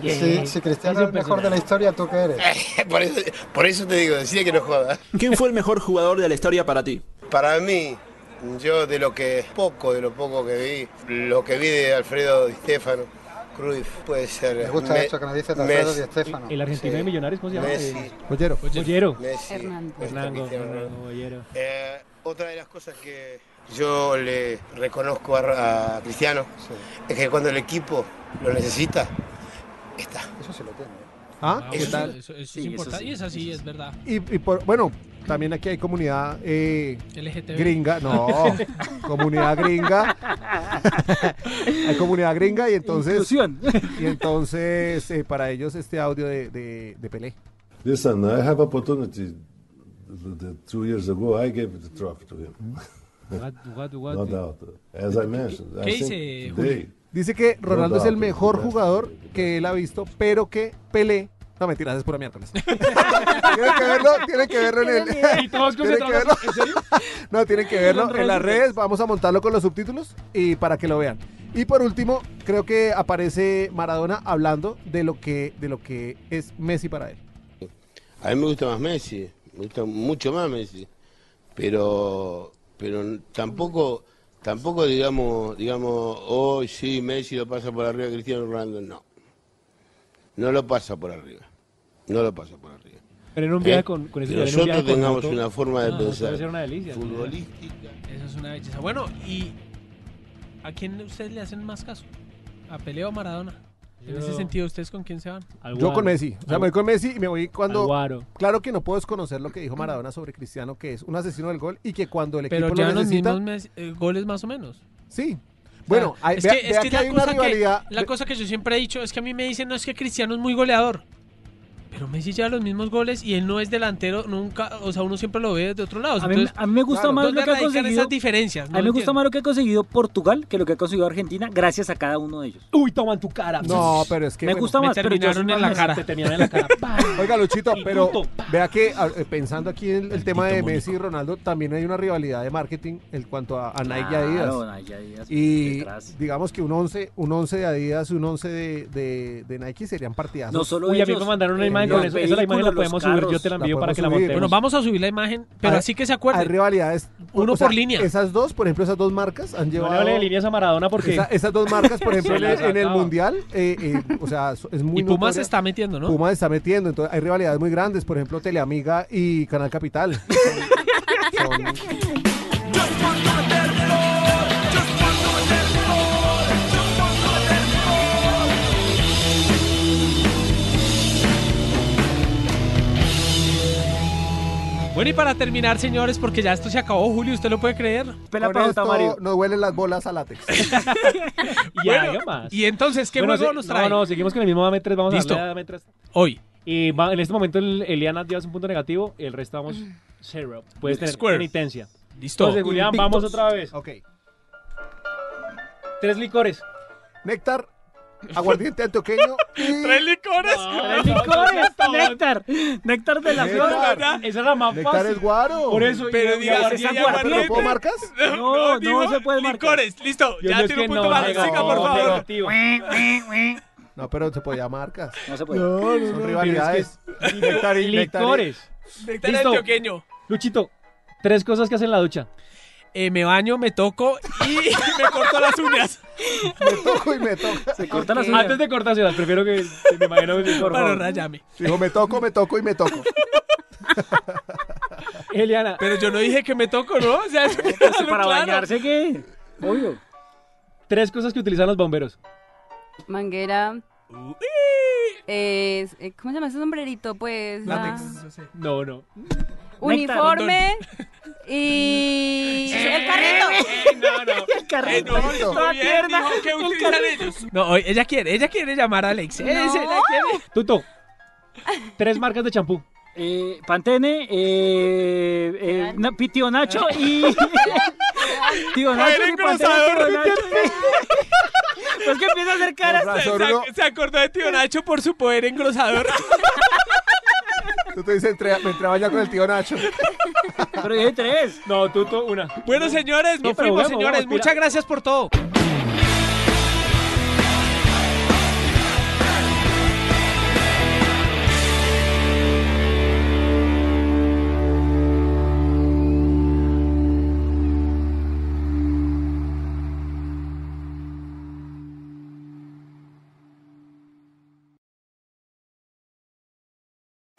Si, si Cristiano es el mejor de la historia, ¿tú qué eres? Por eso, por eso te digo, decir que no juega. ¿Quién fue el mejor jugador de la historia para ti? Para mí, yo de lo que poco, de lo poco que vi, lo que vi de Alfredo Di Stefano, Cruyff, puede ser. Me gusta esto que nos dice Alfredo Di Stéfano. El argentino de Millonarios, ¿cómo se llama? Messi. Eh, Bollero. Bollero. Messi, Hernando. Hernando, Cristiano Hernando Ronaldo. Bollero. Eh, otra de las cosas que yo le reconozco a, a Cristiano es que cuando el equipo lo necesita, está. Eso se lo tiene. ¿Ah? ¿Qué eso, tal? eso- eso Sí, es eso importante. sí, y es así, es verdad. Y, y por- bueno, también aquí hay comunidad eh, LGTB. gringa, no, comunidad gringa. hay comunidad gringa y entonces. Inclusión. y entonces, eh, para ellos, este audio de, de, de Pelé. Listen, I have opportunity. The- the- two years ago, I gave the trophy to him. What, what, what? No doubt. As I mentioned, I ¿Qué think dice today- Dice que No Ronaldo es el doubt, mejor no doubt. jugador que él ha visto, pero que Pelé. No, mentiras, es pura miércoles. tienen que verlo, tienen que verlo en el. Y todos tienen que verlo. concentrados, ¿en serio? No, tienen que verlo en las Ronaldo. redes. Vamos a montarlo con los subtítulos y para que lo vean. Y por último, creo que aparece Maradona hablando de lo que, de lo que es Messi para él. A mí me gusta más Messi, me gusta mucho más Messi, pero pero n- tampoco tampoco digamos digamos hoy sí Messi lo pasa por arriba a Cristiano Ronaldo no, no lo pasa por arriba, no lo pasa por arriba. Pero en un viaje ¿Eh? con, con ese- Que en un nosotros viaje con tengamos moto- una forma de No, eso pensar. debe ser una delicia. Futbolística. Eso es una belleza. Bueno, ¿y a quién ustedes le hacen más caso? ¿A Pelé o a Maradona? En Yo- ese sentido, ¿ustedes con quién se van? Yo con Messi. O sea, me voy con Messi y me voy cuando. Aguaro. Claro que no puedo desconocer lo que dijo Maradona sobre Cristiano, que es un asesino del gol y que cuando el equipo Pero lo llevan los necesita. mismos mes- eh, goles más o menos. Sí. Bueno, hay- Ah, es vea- que, es vea que que la hay una cosa que- rivalidad- la cosa que yo siempre he dicho es que a mí me dicen, no, es que Cristiano es muy goleador. Pero Messi lleva los mismos goles y él no es delantero nunca, o sea, uno siempre lo ve desde otro lado. A mí, a mí me gusta más lo que ha conseguido. esas diferencias. a no mí me lo gusta entiendo. más lo que ha conseguido Portugal que lo que ha conseguido Argentina, gracias a cada uno de ellos. Uy, toma en tu cara. No, pero es que. Me bueno. gusta más, pero yo soy más Messi. Te terminaron en la cara. Oiga, Luchito, Y pero punto. vea que a- eh, pensando aquí en el tema de Messi y Ronaldo, también hay una rivalidad de marketing en cuanto a, a Nike y Adidas. Claro, Nike y Adidas, pues, Y detrás. digamos que un 11 un once de Adidas y un 11 de, de- de Nike serían partidazos. No solo Uy, a mí ellos, me mandaron una eh, imagen los con eso. Esa la imagen la vehículos, podemos los subir. Yo te la carros. envío La para que la podemos subir. montemos. Bueno, vamos a subir la imagen, pero Hay- así que se Hay acuerden. rivalidades. Uno por línea. Esas dos, por ejemplo, esas dos marcas han No llevado. le hable de líneas a Maradona porque. esa- esas dos marcas, por ejemplo, Se en las el, en el acaba. mundial, eh, eh, o sea, so- es muy. Y Pumas se notoria. está metiendo, ¿no? Pumas está metiendo, entonces hay rivalidades muy grandes, por ejemplo, Teleamiga y Canal Capital. Son- son- Bueno, y para terminar, señores, porque ya esto se acabó, Julio, ¿usted lo puede creer? Con esto nos huelen las bolas a látex. Y haga más. Y entonces, ¿qué Bueno, juego se- nos trae? No, no, seguimos con el mismo Dame 3. Vamos Listo. a darle a Dame 3. Hoy. Y va- en este momento el, Eliana lleva un punto negativo y el resto vamos cero. Puedes tener Square. penitencia. Listo. Entonces, Julián, vamos Invictos. otra vez. Ok. Tres licores. Néctar, aguardiente antioqueño y... ¿Tres licores? ¡Tres licores! Néctar. Néctar de la Néctar. flor. Esa es la más Néctar fácil. es guaro. Por eso. Pero y- y- diga, y- si hay ¿no aguardiente. ¿Puedo marcas? No, no, digo se puede marcar. Licores, listo, Dios ya mío, tiene es un que punto no, más. no, Siga, por no, favor. negativo. No, pero se podía marcas. No se puede. Son Pero rivalidades. es que- Néctar y- néctar y- Licores. Néctar Listo. antioqueño. Luchito, tres cosas que hace en la ducha. Eh, me baño, me toco y me corto las uñas. Me toco y me toca. Se corta las uñas. Antes de cortárselas, prefiero que que me imagino que se Bueno, corra. rayame. Dijo, me toco, me toco y me toco. Eliana, Pero yo no dije que me toco, ¿no? O sea, es Para bañarse, ¿qué? Obvio. tres cosas que utilizan los bomberos. Manguera. Es, eh, ¿Cómo se llama ese sombrerito? Pues. la- No, no. uniforme. Y. El carrito. Eh, No, no. El carrito. no, estuvo Toda bien, tierna. dijo que utilizan ellos. No, oye, ella quiere, ella quiere llamar a Alex. Ella dice, la quiere. Tuto, tres marcas de champú. Eh, Pantene, eh, eh, na- pi- tío Nacho y. tío Nacho Era y Pantene, engrosador. tío Nacho. pues que empieza a hacer caras. Se, Razón, uno- se- se acordó de tío Nacho por su poder engrosador. Tú te dices, entré, me entré a bañar con el tío Nacho. Pero dije tres. No, Tuto, una. Bueno, señores, nos pero fuimos, vamos, señores. vamos, Muchas tira. gracias por todo.